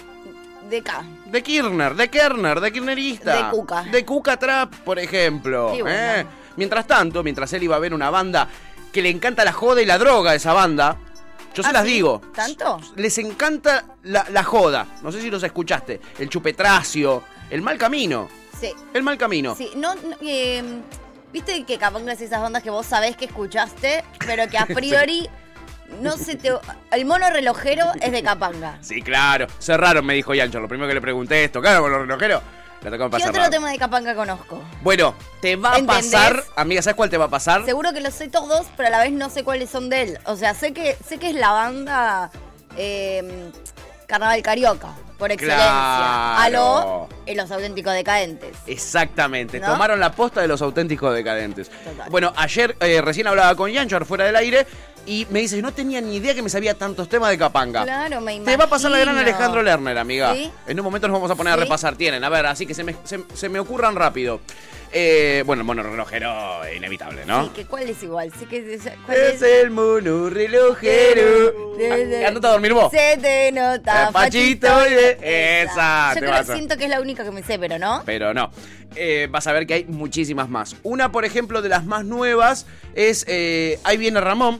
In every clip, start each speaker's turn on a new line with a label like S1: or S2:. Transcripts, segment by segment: S1: De K.
S2: De Kirchner, de Kerner, de Kirchnerista.
S1: De Cuca.
S2: De Cuca Trap, por ejemplo.
S1: Y bueno.
S2: ¿eh? Mientras tanto, mientras él iba a ver una banda que le encanta la joda y la droga a esa banda, yo se
S1: Ah,
S2: las
S1: ¿sí?
S2: digo.
S1: ¿Tanto?
S2: Les encanta la, la joda. No sé si los escuchaste. El chupetracio, el mal camino.
S1: Sí.
S2: El mal camino.
S1: Sí. No, no, eh, Viste que Capanga es esas bandas que vos sabés que escuchaste, pero que a priori. No se te. El mono relojero es de Capanga.
S2: Sí, claro. Cerraron, me dijo Yancho. Lo primero que le pregunté esto. Claro, con los relojeros. La tocamos
S1: ¿Qué
S2: pasar.
S1: otro tema de Capanga conozco?
S2: Bueno, te va a
S1: ¿Entendés?
S2: pasar. Amiga, ¿sabes cuál te va a pasar?
S1: Seguro que los sé todos, pero a la vez no sé cuáles son de él. O sea, sé que, sé que es la banda eh, Carnaval Carioca, por excelencia.
S2: Claro.
S1: Aló, eh, los auténticos decadentes.
S2: Exactamente,
S1: ¿No?
S2: tomaron la posta de los auténticos decadentes.
S1: Total.
S2: Bueno, ayer eh, recién hablaba con Yancho fuera del aire y me dice, no tenía ni idea que me sabía tantos temas de Capanga.
S1: Claro, me
S2: Te va a pasar la gran
S1: imagino.
S2: Alejandro Lerner, amiga.
S1: ¿Sí?
S2: En un momento nos vamos a poner a
S1: ¿Sí?
S2: repasar. Tienen, a ver, así que se me, se, se me ocurran rápido. Eh, bueno, el mono relojero, eh, inevitable, ¿no?
S1: Sí, que cuál es igual. Sí que es, ¿cuál
S2: Es el mono relojero.
S1: De- de-
S2: Andate a dormir vos.
S1: Se te nota,
S2: Eh, Pachito,
S1: Pachito.
S2: y de- esa, te
S1: Yo creo-
S2: vas a-
S1: siento que es la única que me sé, pero no.
S2: pero no. Eh, vas a ver que hay muchísimas más. Una, por ejemplo, de las más nuevas es eh, Ahí viene Ramón,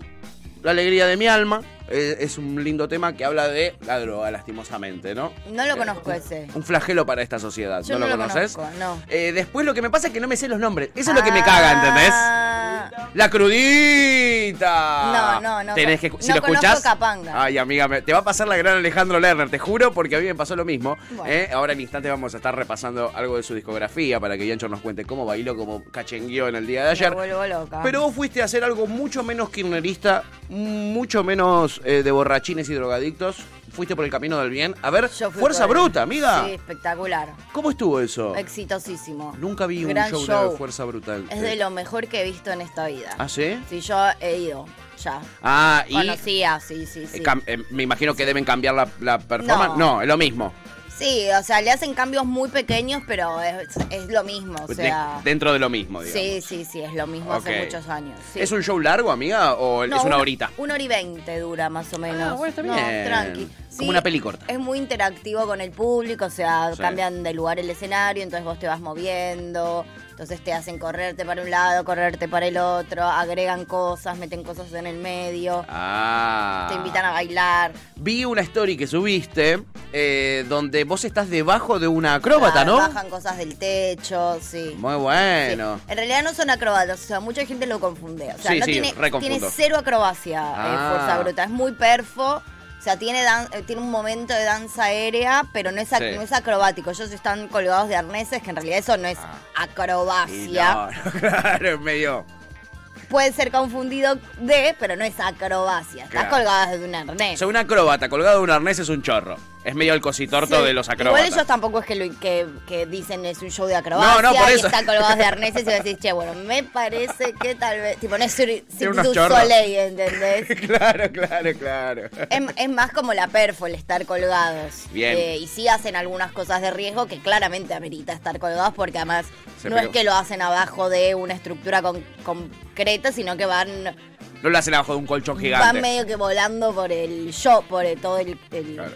S2: La alegría de mi alma. Eh, es un lindo tema que habla de la droga, lastimosamente, ¿no?
S1: No lo
S2: Eh,
S1: conozco
S2: un-
S1: ese.
S2: Un flagelo para esta sociedad.
S1: Yo
S2: ¿No,
S1: no
S2: lo
S1: lo
S2: conoces?
S1: conozco, no.
S2: Eh, después lo que me pasa es que no me sé los nombres. Eso es lo que me caga, ¿entendés?
S1: Ah,
S2: La crudita.
S1: No, no, no.
S2: Tenés que, si
S1: No
S2: lo
S1: conozco
S2: escuchás.
S1: Capanga.
S2: Ay, amiga, me- te va a pasar la gran Alejandro Lerner, te juro, porque a mí me pasó lo mismo.
S1: Bueno.
S2: ¿eh? Ahora en instante vamos a estar repasando algo de su discografía para que Yancho nos cuente cómo bailó, cómo cachengueó en el día de ayer.
S1: Me vuelvo loca.
S2: Pero vos fuiste a hacer algo mucho menos kirnerista, mucho menos eh, de borrachines y drogadictos. Fuiste por el camino del bien. A ver,
S1: Yo fui
S2: fuerza
S1: por-
S2: bruta, amiga.
S1: Sí, espectacular.
S2: ¿Cómo estuvo eso?
S1: Exitosísimo.
S2: Nunca vi un
S1: Gran
S2: show, de fuerza bruta.
S1: Es de lo mejor que he visto en esta vida.
S2: ¿Ah, sí?
S1: Sí, yo he ido, ya.
S2: Ah, y
S1: Conocía, sí, sí,
S2: Eh,
S1: sí.
S2: cam- eh, me imagino que deben cambiar la, la performance. No.
S1: No.
S2: es lo mismo.
S1: Sí, o sea, le hacen cambios muy pequeños, pero es, es lo mismo, o
S2: De-
S1: sea...
S2: dentro de lo mismo, digamos.
S1: Sí, sí, sí, es lo mismo
S2: Ok.
S1: hace muchos años. sí.
S2: ¿Es un show largo, amiga? ¿O
S1: No,
S2: es una, horita?
S1: Una hora y veinte dura más o menos.
S2: Ah, bueno, está
S1: No,
S2: bien.
S1: tranqui.
S2: Como una peli corta.
S1: Es muy interactivo con el público, o sea,
S2: Sí.
S1: cambian de lugar el escenario, entonces vos te vas moviendo, entonces te hacen correrte para un lado, correrte para el otro, agregan cosas, meten cosas en el medio,
S2: Ah.
S1: te invitan a bailar.
S2: Vi una story que subiste eh, donde vos estás debajo de una acróbata,
S1: Ah,
S2: ¿no?
S1: Bajan cosas del techo, sí.
S2: Muy
S1: Sí.
S2: bueno.
S1: En realidad no son acrobatas, o sea, mucha gente lo confunde. O sea,
S2: Sí,
S1: no
S2: sí,
S1: tiene,
S2: reconfundo.
S1: tiene cero acrobacia eh,
S2: Ah.
S1: Fuerza Bruta, es muy perfo. O sea, tiene, dan- eh, tiene un momento de danza aérea, pero no es, ac-
S2: Sí.
S1: no es acrobático. Ellos están colgados de arneses, que en realidad eso no es
S2: Ah. Y
S1: acrobacia.
S2: no, no, claro, es medio.
S1: Puede ser confundido de, pero no es acrobacia. Estás
S2: Claro.
S1: colgadas de un
S2: O
S1: arnés.
S2: sea, un acróbata colgado de un arnés es un chorro. Es medio el cositorto
S1: Sí.
S2: de los
S1: Igual ellos
S2: acróbatas.
S1: tampoco es que, lo- que, que dicen es un show de acrobacia
S2: No, no, por
S1: y
S2: eso.
S1: están colgados de arneses y vos decís, che, bueno, me parece que tal vez. Tipo, no es Cirque
S2: unos
S1: du
S2: chorros.
S1: Soleil, ¿entendés?
S2: claro, claro, claro.
S1: Es, es más como la perfo el estar colgados. Eh,
S2: Bien.
S1: y sí hacen algunas cosas de riesgo que claramente amerita estar colgados porque además
S2: Se
S1: no
S2: pegó.
S1: es que lo hacen abajo de una estructura con- concreta, sino que van,
S2: No lo hacen abajo de un colchón
S1: van
S2: gigante.
S1: medio que volando por el show, por el- todo el... el-
S2: Claro.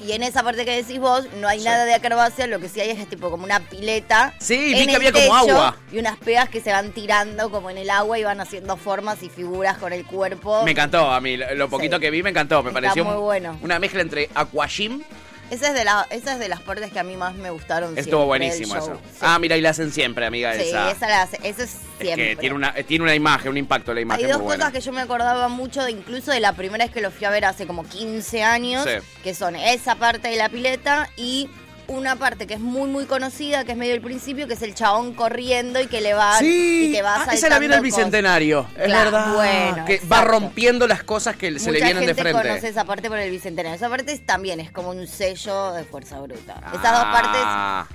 S1: Y en esa parte que decís vos, no hay
S2: Sí.
S1: nada de acrobacia, lo que sí hay es tipo como una pileta.
S2: Sí, vi
S1: en
S2: que
S1: el
S2: había como
S1: techo
S2: agua.
S1: Y unas pegas que se van tirando como en el agua y van haciendo formas y figuras con el cuerpo.
S2: Me encantó a mí. Lo lo poquito
S1: Sí.
S2: que vi me encantó. Me
S1: Está
S2: pareció
S1: muy bueno.
S2: una mezcla entre aquagym.
S1: Esa es de, la, esa es de las partes que a mí más me gustaron.
S2: Estuvo
S1: siempre del
S2: buenísimo
S1: show.
S2: eso.
S1: Sí.
S2: Ah, mira, y la hacen siempre, amiga
S1: Sí,
S2: esa.
S1: esa la hace- eso es
S2: Es
S1: siempre.
S2: que tiene una, tiene una imagen, un impacto la
S1: Hay
S2: imagen.
S1: dos
S2: muy
S1: cosas
S2: buena.
S1: que yo me acordaba mucho, de, incluso de la primera vez que lo fui a ver hace como 15 años,
S2: Sí.
S1: que son esa parte de la pileta y una parte que es muy muy conocida, que es medio el principio, que es el chabón corriendo y que le va
S2: Sí,
S1: y que va
S2: ah, esa la viene el
S1: saltando cosas.
S2: bicentenario. Es
S1: Claro,
S2: verdad.
S1: bueno,
S2: que va
S1: exacto.
S2: rompiendo las cosas que se le
S1: Mucha
S2: vienen de
S1: gente
S2: frente.
S1: conoce esa parte por el bicentenario. Esa parte es- también es como un sello de fuerza bruta.
S2: Ah,
S1: Esas dos partes
S2: marca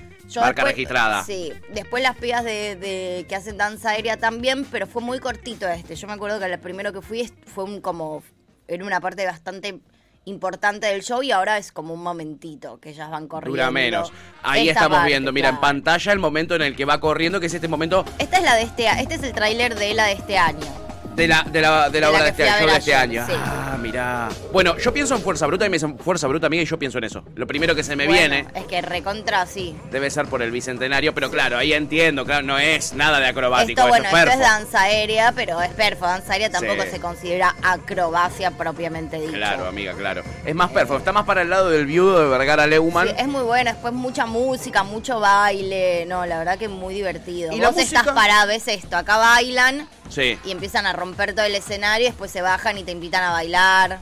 S1: después-
S2: registrada.
S1: Sí. Después las pibas de, de- que hacen danza aérea también, pero fue muy cortito este. Yo me acuerdo que el primero que fui es- fue un como. en una parte bastante importante del show y ahora es como un momentito que ellas van corriendo.
S2: Dura menos. Ahí
S1: Esta
S2: estamos
S1: parte,
S2: viendo, mira, en
S1: claro.
S2: pantalla el momento en el que va corriendo, que es este momento
S1: Esta es la de este a- Este es el tráiler de la de este año.
S2: de la, de la, de la
S1: De la
S2: obra
S1: que
S2: de este,
S1: fui a
S2: show
S1: ver
S2: de este
S1: ayer,
S2: año.
S1: sí.
S2: Ah, mirá. Bueno, yo pienso en Fuerza Bruta y me dicen Fuerza Bruta, amiga, y yo pienso en eso. Lo primero que se me
S1: Bueno,
S2: viene
S1: Es que recontra, sí.
S2: debe ser por el bicentenario, pero claro, ahí entiendo, claro, no es nada de acrobático.
S1: Esto,
S2: eso
S1: bueno,
S2: es
S1: esto es
S2: perfo.
S1: danza aérea, pero es perfo. Danza aérea tampoco
S2: Sí.
S1: se considera acrobacia propiamente dicho.
S2: Claro, amiga, claro. Es más perfo, está más para el lado del viudo de Vergara Leumann.
S1: Sí, es muy bueno, después mucha música, mucho baile. No, la verdad que es muy divertido.
S2: ¿Y la
S1: Vos estás
S2: música?
S1: parado, ves esto, acá bailan
S2: Sí.
S1: y empiezan a romper todo el escenario, después se bajan y te invitan a bailar.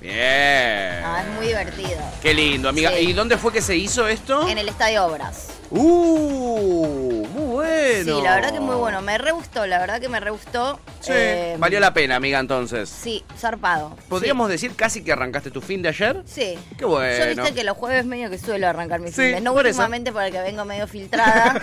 S2: Bien.
S1: No, es muy divertido.
S2: Qué lindo, amiga.
S1: Ah. Sí.
S2: ¿Y dónde fue que se hizo esto?
S1: En el Estadio Obras.
S2: Uh, muy bueno.
S1: Sí, la verdad que es muy bueno. Me re gustó, la verdad que me re gustó.
S2: Sí.
S1: Eh,
S2: Valió la pena, amiga, entonces.
S1: Sí, zarpado.
S2: ¿Podríamos decir casi que arrancaste tu fin de ayer?
S1: Sí.
S2: Qué bueno.
S1: Yo viste que los jueves medio que suelo arrancar mis
S2: Sí,
S1: fines. No
S2: por eso.
S1: últimamente porque vengo medio filtrada.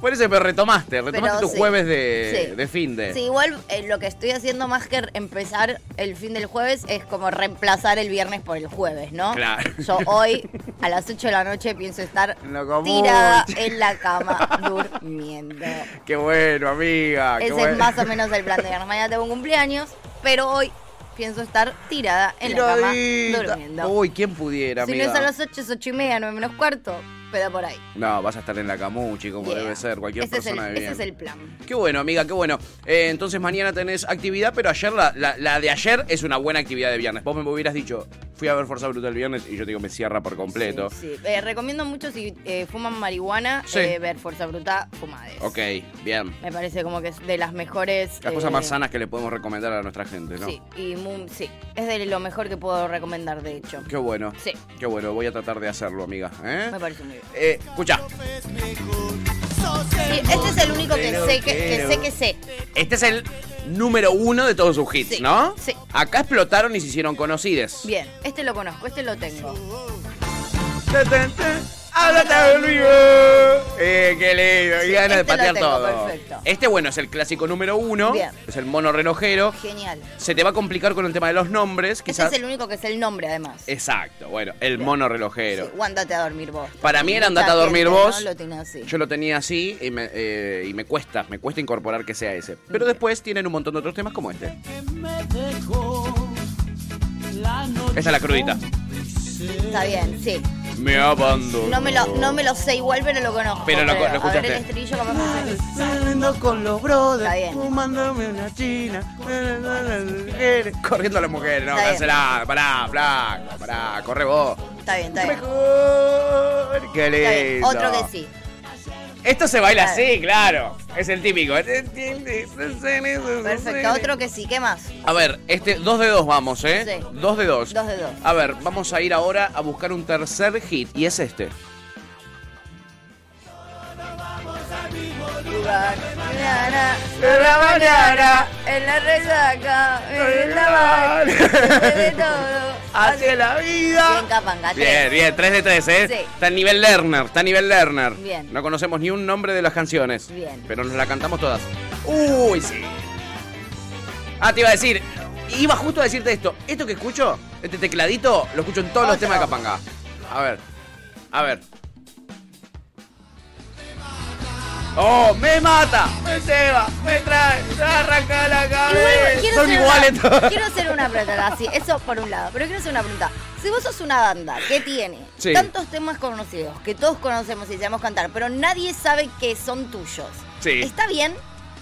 S2: Por eso, pero retomaste, retomaste
S1: Pero
S2: Pues tus
S1: sí.
S2: jueves de,
S1: Sí.
S2: de fin de.
S1: Sí, igual eh, lo que estoy haciendo más que empezar el fin del jueves es como reemplazar el viernes por el jueves, ¿no?
S2: Claro.
S1: Yo hoy a las 8 de la noche pienso estar
S2: Lo común.
S1: tirada en la cama durmiendo.
S2: Qué bueno, amiga. Ah, qué
S1: Ese
S2: bueno.
S1: es más o menos el plan de viernes. Mañana tengo un cumpleaños, pero hoy pienso estar tirada en la cama
S2: Tiradita.
S1: durmiendo.
S2: Uy, ¿quién pudiera,
S1: si
S2: amiga?
S1: no es a las 8, es 8 y media, 9 menos cuarto, pero por ahí.
S2: No, vas a estar en la camuchi, como
S1: Yeah.
S2: debe ser, cualquier
S1: Ese es el-
S2: persona de bien.
S1: Ese es el plan.
S2: Qué bueno, amiga, qué bueno. Eh, entonces mañana tenés actividad, pero ayer la, la- la de ayer es una buena actividad de viernes. Vos me hubieras dicho, fui a ver Forza Bruta el viernes y yo te digo, me cierra por completo.
S1: Sí, sí. Eh, recomiendo mucho si eh, fuman marihuana,
S2: Sí.
S1: eh, ver Fuerza Bruta fumades.
S2: Ok, bien.
S1: Me parece como que es de las mejores.
S2: Las
S1: eh,
S2: cosas más sanas que le podemos recomendar a nuestra gente, ¿no?
S1: Sí, y mu- sí, es de lo mejor que puedo recomendar, de hecho.
S2: Qué bueno.
S1: Sí.
S2: Qué bueno, voy a tratar de hacerlo, amiga. ¿eh?
S1: Me parece muy bien.
S2: Eh, escucha,
S1: Sí, este es el único que
S2: Pero,
S1: sé que, que
S2: pero.
S1: sé que sé.
S2: este es el número uno de todos sus hits,
S1: Sí,
S2: ¿no?
S1: sí.
S2: Acá explotaron y se hicieron conocides.
S1: Bien, este lo conozco, este lo tengo.
S2: Ta, ta, ta. Háblate conmigo. Eh, qué lindo.
S1: Sí,
S2: y ganas de
S1: este lo
S2: patear
S1: tengo,
S2: todo.
S1: perfecto.
S2: Este, bueno, es el clásico número uno.
S1: Bien.
S2: Es el mono relojero.
S1: Genial.
S2: Se te va a complicar con el tema de los nombres,
S1: Este
S2: quizás.
S1: es el único que es el nombre, además.
S2: Exacto, bueno, el mono relojero.
S1: Sí, o andate a dormir vos.
S2: Para mí era
S1: Mucha
S2: andate a dormir
S1: gente,
S2: vos.
S1: No lo tiene así.
S2: Yo lo tenía así y me, eh, y me cuesta, me cuesta incorporar que sea ese. Pero después tienen un montón de otros temas como este. Esta es la crudita.
S1: Está bien, sí.
S2: Me abandonó.
S1: No me, lo, no me lo sé igual, pero lo conozco.
S2: Pero lo- lo
S1: A ver el
S2: escuchaste.
S1: estribillo como me
S3: Saliendo con los
S1: Está
S3: brothers,
S1: bien.
S3: fumándome una china.
S2: Corriendo a las mujeres, no,
S1: Está bien.
S2: cancelá, pará, flaca, pará, corre vos.
S1: Está bien, está bien.
S2: Mejor, qué
S1: Está bien,
S2: lindo.
S1: Otro que sí.
S2: Esto se baila
S1: Claro.
S2: así, claro. Es el típico.
S1: Perfecto, otro que sí, ¿qué más?
S2: A ver, este, dos de dos vamos, ¿eh?
S1: Sí.
S2: Dos de dos.
S1: Dos de dos.
S2: A ver, vamos a ir ahora a buscar un tercer hit y es este.
S1: En la mañana, en la resaca, en la bar, después de todo.
S2: Hacia la
S1: Bien,
S2: vida.
S1: Capanga,
S2: Bien,
S1: tres.
S2: bien, 3 de 3, ¿eh?
S1: Sí.
S2: Está a nivel Lerner, está a nivel Lerner.
S1: Bien.
S2: No conocemos ni un nombre de las canciones.
S1: Bien.
S2: Pero nos la cantamos todas. Uy, sí. Ah, te iba a decir, iba justo a decirte esto. Esto que escucho, este tecladito, lo escucho en todos los
S1: Otro.
S2: temas de Capanga. A ver, a ver. ¡Oh, me mata! ¡Me lleva! ¡Me trae! ¡Me arranca la
S1: Igual,
S2: cabeza!
S1: quiero
S2: Son
S1: hacer
S2: iguales
S1: una-
S2: todos.
S1: Quiero hacer una pregunta, así, eso por un lado. Pero quiero hacer una pregunta. Si vos sos una banda que tiene
S2: Sí.
S1: tantos temas conocidos, que todos conocemos y sabemos cantar, pero nadie sabe que son tuyos,
S2: Sí.
S1: ¿está bien?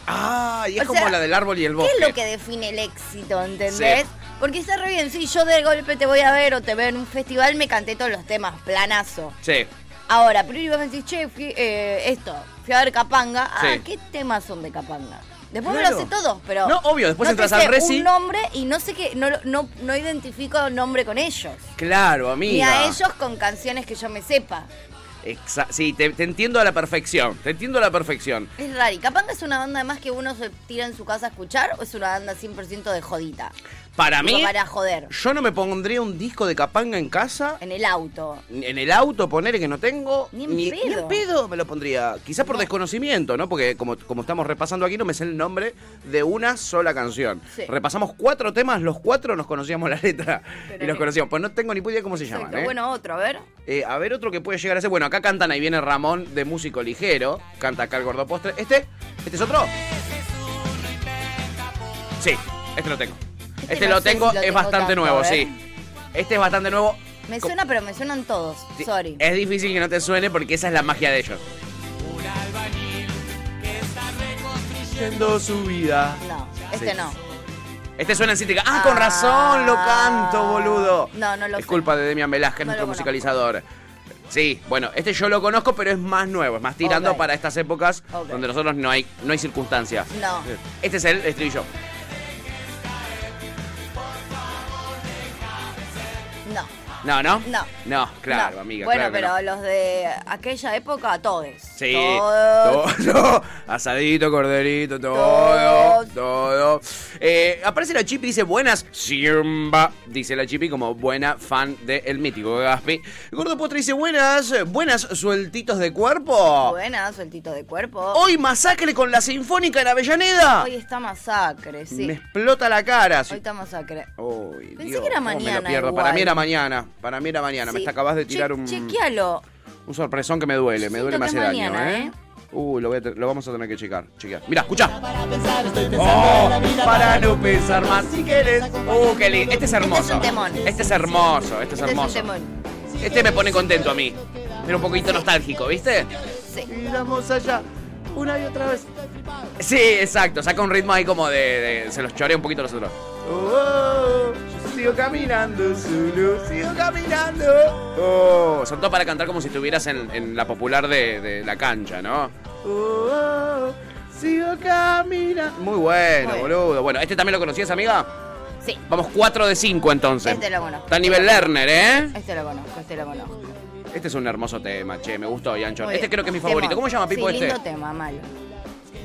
S2: Ah, y es
S1: O
S2: como
S1: sea,
S2: la del árbol y el
S1: ¿Qué
S2: bosque.
S1: es lo que define el éxito, entendés? Porque está re bien, si yo de golpe te voy a ver o te veo en un festival, me canté todos los temas, planazo.
S2: Sí.
S1: Ahora, pero ibas a decir, che, fui, eh, esto, fui a ver Capanga. Ah,
S2: Sí.
S1: ¿qué temas son de Capanga? Después me
S2: Claro.
S1: los sé todos, pero.
S2: No, obvio, después
S1: no te
S2: entras al
S1: sé
S2: Resi.
S1: un nombre y no sé qué, no, lo- no, no identifico nombre con ellos.
S2: Claro, amiga.
S1: Ni a ellos con canciones que yo me sepa.
S2: Exa- sí, te, te entiendo a la perfección. Te entiendo a la perfección.
S1: Es raro. ¿Y Capanga es una banda además que uno se tira en su casa a escuchar o es una banda 100% de jodita?
S2: Para
S1: Digo,
S2: mí,
S1: Para joder.
S2: yo no me pondría un disco de Capanga en casa.
S1: En el auto.
S2: En el auto, poner que no tengo.
S1: Ni en pedo.
S2: en pedo me lo pondría. Quizás por desconocimiento, ¿no? Porque como, como estamos repasando aquí, no me sé el nombre de una sola canción.
S1: Sí.
S2: Repasamos cuatro temas, los cuatro nos conocíamos la letra.
S1: Pero
S2: y los
S1: que-
S2: conocíamos. Pues no tengo ni puta idea cómo se llaman,
S1: Exacto.
S2: ¿eh?
S1: Bueno, otro, a ver.
S2: Eh, a ver, otro que puede llegar a ser. Bueno, acá cantan, ahí viene Ramón de músico ligero. Canta acá el gordo postre. ¿Este? ¿Este es otro? Sí, este lo tengo. Este,
S1: Este
S2: lo
S1: no sé si
S2: tengo,
S1: lo
S2: es
S1: tengo
S2: bastante
S1: tanto,
S2: nuevo,
S1: ¿eh?
S2: sí. Este es bastante nuevo.
S1: Me
S2: Co-
S1: suena, pero me suenan todos.
S2: Sí, eh,
S1: Sorry.
S2: Es difícil que no te suene porque esa es la magia de ellos. su vida.
S1: No, este
S2: Sí.
S1: no.
S2: Este suena en Cítrica. ¡Ah, con razón! Lo canto, boludo.
S1: No, no lo
S2: Es
S1: sé.
S2: culpa de Demian Velázquez,
S1: No
S2: nuestro
S1: lo conozco.
S2: musicalizador. Sí, bueno, este yo lo conozco, pero es más nuevo, es más tirando
S1: Ok.
S2: para estas épocas
S1: Ok.
S2: donde nosotros no hay, no hay circunstancia.
S1: No.
S2: Este es el estribillo.
S1: No.
S2: No, ¿no?
S1: No.
S2: No, claro,
S1: no.
S2: amiga.
S1: Bueno,
S2: claro que
S1: pero
S2: no.
S1: los de aquella época, todos.
S2: Sí,
S1: Todos.
S2: todo, asadito, corderito, todo,
S1: Todo.
S2: todo. Eh, aparece la Chipi y dice buenas, Simba, dice la Chipi como buena fan del mítico Gaspi. Gordo Postre dice buenas, eh, buenas sueltitos de cuerpo.
S1: Buena, sueltito de cuerpo.
S2: Hoy masacre con la Sinfónica en Avellaneda.
S1: Hoy está masacre, sí.
S2: Me explota la cara.
S1: Hoy está masacre.
S2: Uy,
S1: Pensé
S2: Dios,
S1: que era
S2: cómo me lo
S1: mañana
S2: pierdo.
S1: igual.
S2: Para mí era mañana, para mí era mañana. Me
S1: Sí.
S2: está acabas de
S1: Che-
S2: tirar un...
S1: Chequealo.
S2: Un sorpresón que me duele, me
S1: Siento
S2: duele
S1: que
S2: más
S1: es
S2: el daño,
S1: mañana,
S2: ¿eh?
S1: ¿eh?
S2: Uh, lo, voy a te- lo vamos a tener que checar. Chequear. Mira, escucha. Oh, para no pensar más si quieres. Uh, qué lindo. Este es hermoso.
S1: Este es un temón.
S2: Este es hermoso, este es
S1: Este es un
S2: hermoso.
S1: temón.
S2: Este me pone contento a mí. Pero un poquito nostálgico, ¿viste?
S1: Sí.
S2: Vamos allá. Una y otra vez. Sí, exacto. Saca un ritmo ahí como de. de- se los choré un poquito a los otros. Oh, sigo caminando, Zulu. Sigo caminando. Oh, son todos para cantar como si estuvieras en, en la popular de, de la cancha, ¿no? Oh, sigo caminando. Muy bueno,
S1: Muy bien.
S2: boludo. Bueno, ¿este también lo conocías, amiga?
S1: Sí.
S2: Vamos 4 de 5 entonces.
S1: Este lo conozco.
S2: Está a nivel Lerner, ¿eh?
S1: Este lo conozco, este lo conozco.
S2: Este es un hermoso tema, che. Me gustó, Yancho.
S1: Muy
S2: Este
S1: bien.
S2: creo que es mi favorito.
S1: Temón.
S2: ¿Cómo se llama, Pipo,
S1: sí,
S2: este?
S1: lindo tema, malo.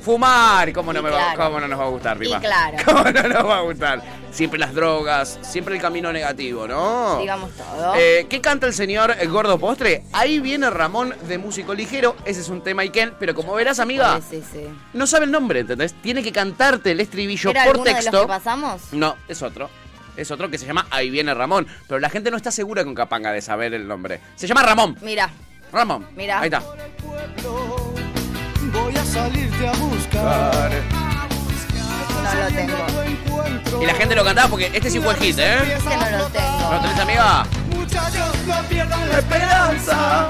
S2: Fumar, ¿cómo no,
S1: Y
S2: me va-
S1: claro.
S2: cómo no nos va a gustar,
S1: Y
S2: Pipa?
S1: claro.
S2: ¿Cómo no nos va a gustar? Siempre las drogas, siempre el camino negativo, ¿no?
S1: Digamos todo.
S2: Oh. Eh, ¿Qué canta el señor eh, Gordo Postre? Ahí viene Ramón de Músico Ligero. Ese es un tema Iken, pero como verás, amiga,
S1: Sí, sí, sí.
S2: no sabe el nombre, ¿entendés? Tiene que cantarte el estribillo
S1: ¿Era
S2: por
S1: alguno de los
S2: texto.
S1: que pasamos?
S2: No, es otro. Es otro que se llama Ahí viene Ramón. Pero la gente no está segura con Capanga de saber el nombre. Se llama Ramón.
S1: Mira,
S2: Ramón.
S1: Mirá.
S2: Ahí está.
S4: Voy a salirte a buscar.
S1: no lo tengo.
S2: Y la gente lo cantaba porque este sí fue hit, ¿eh?
S1: Este no lo tengo.
S2: ¿No tenés amiga?
S4: Muchachos, no pierdan la
S2: esperanza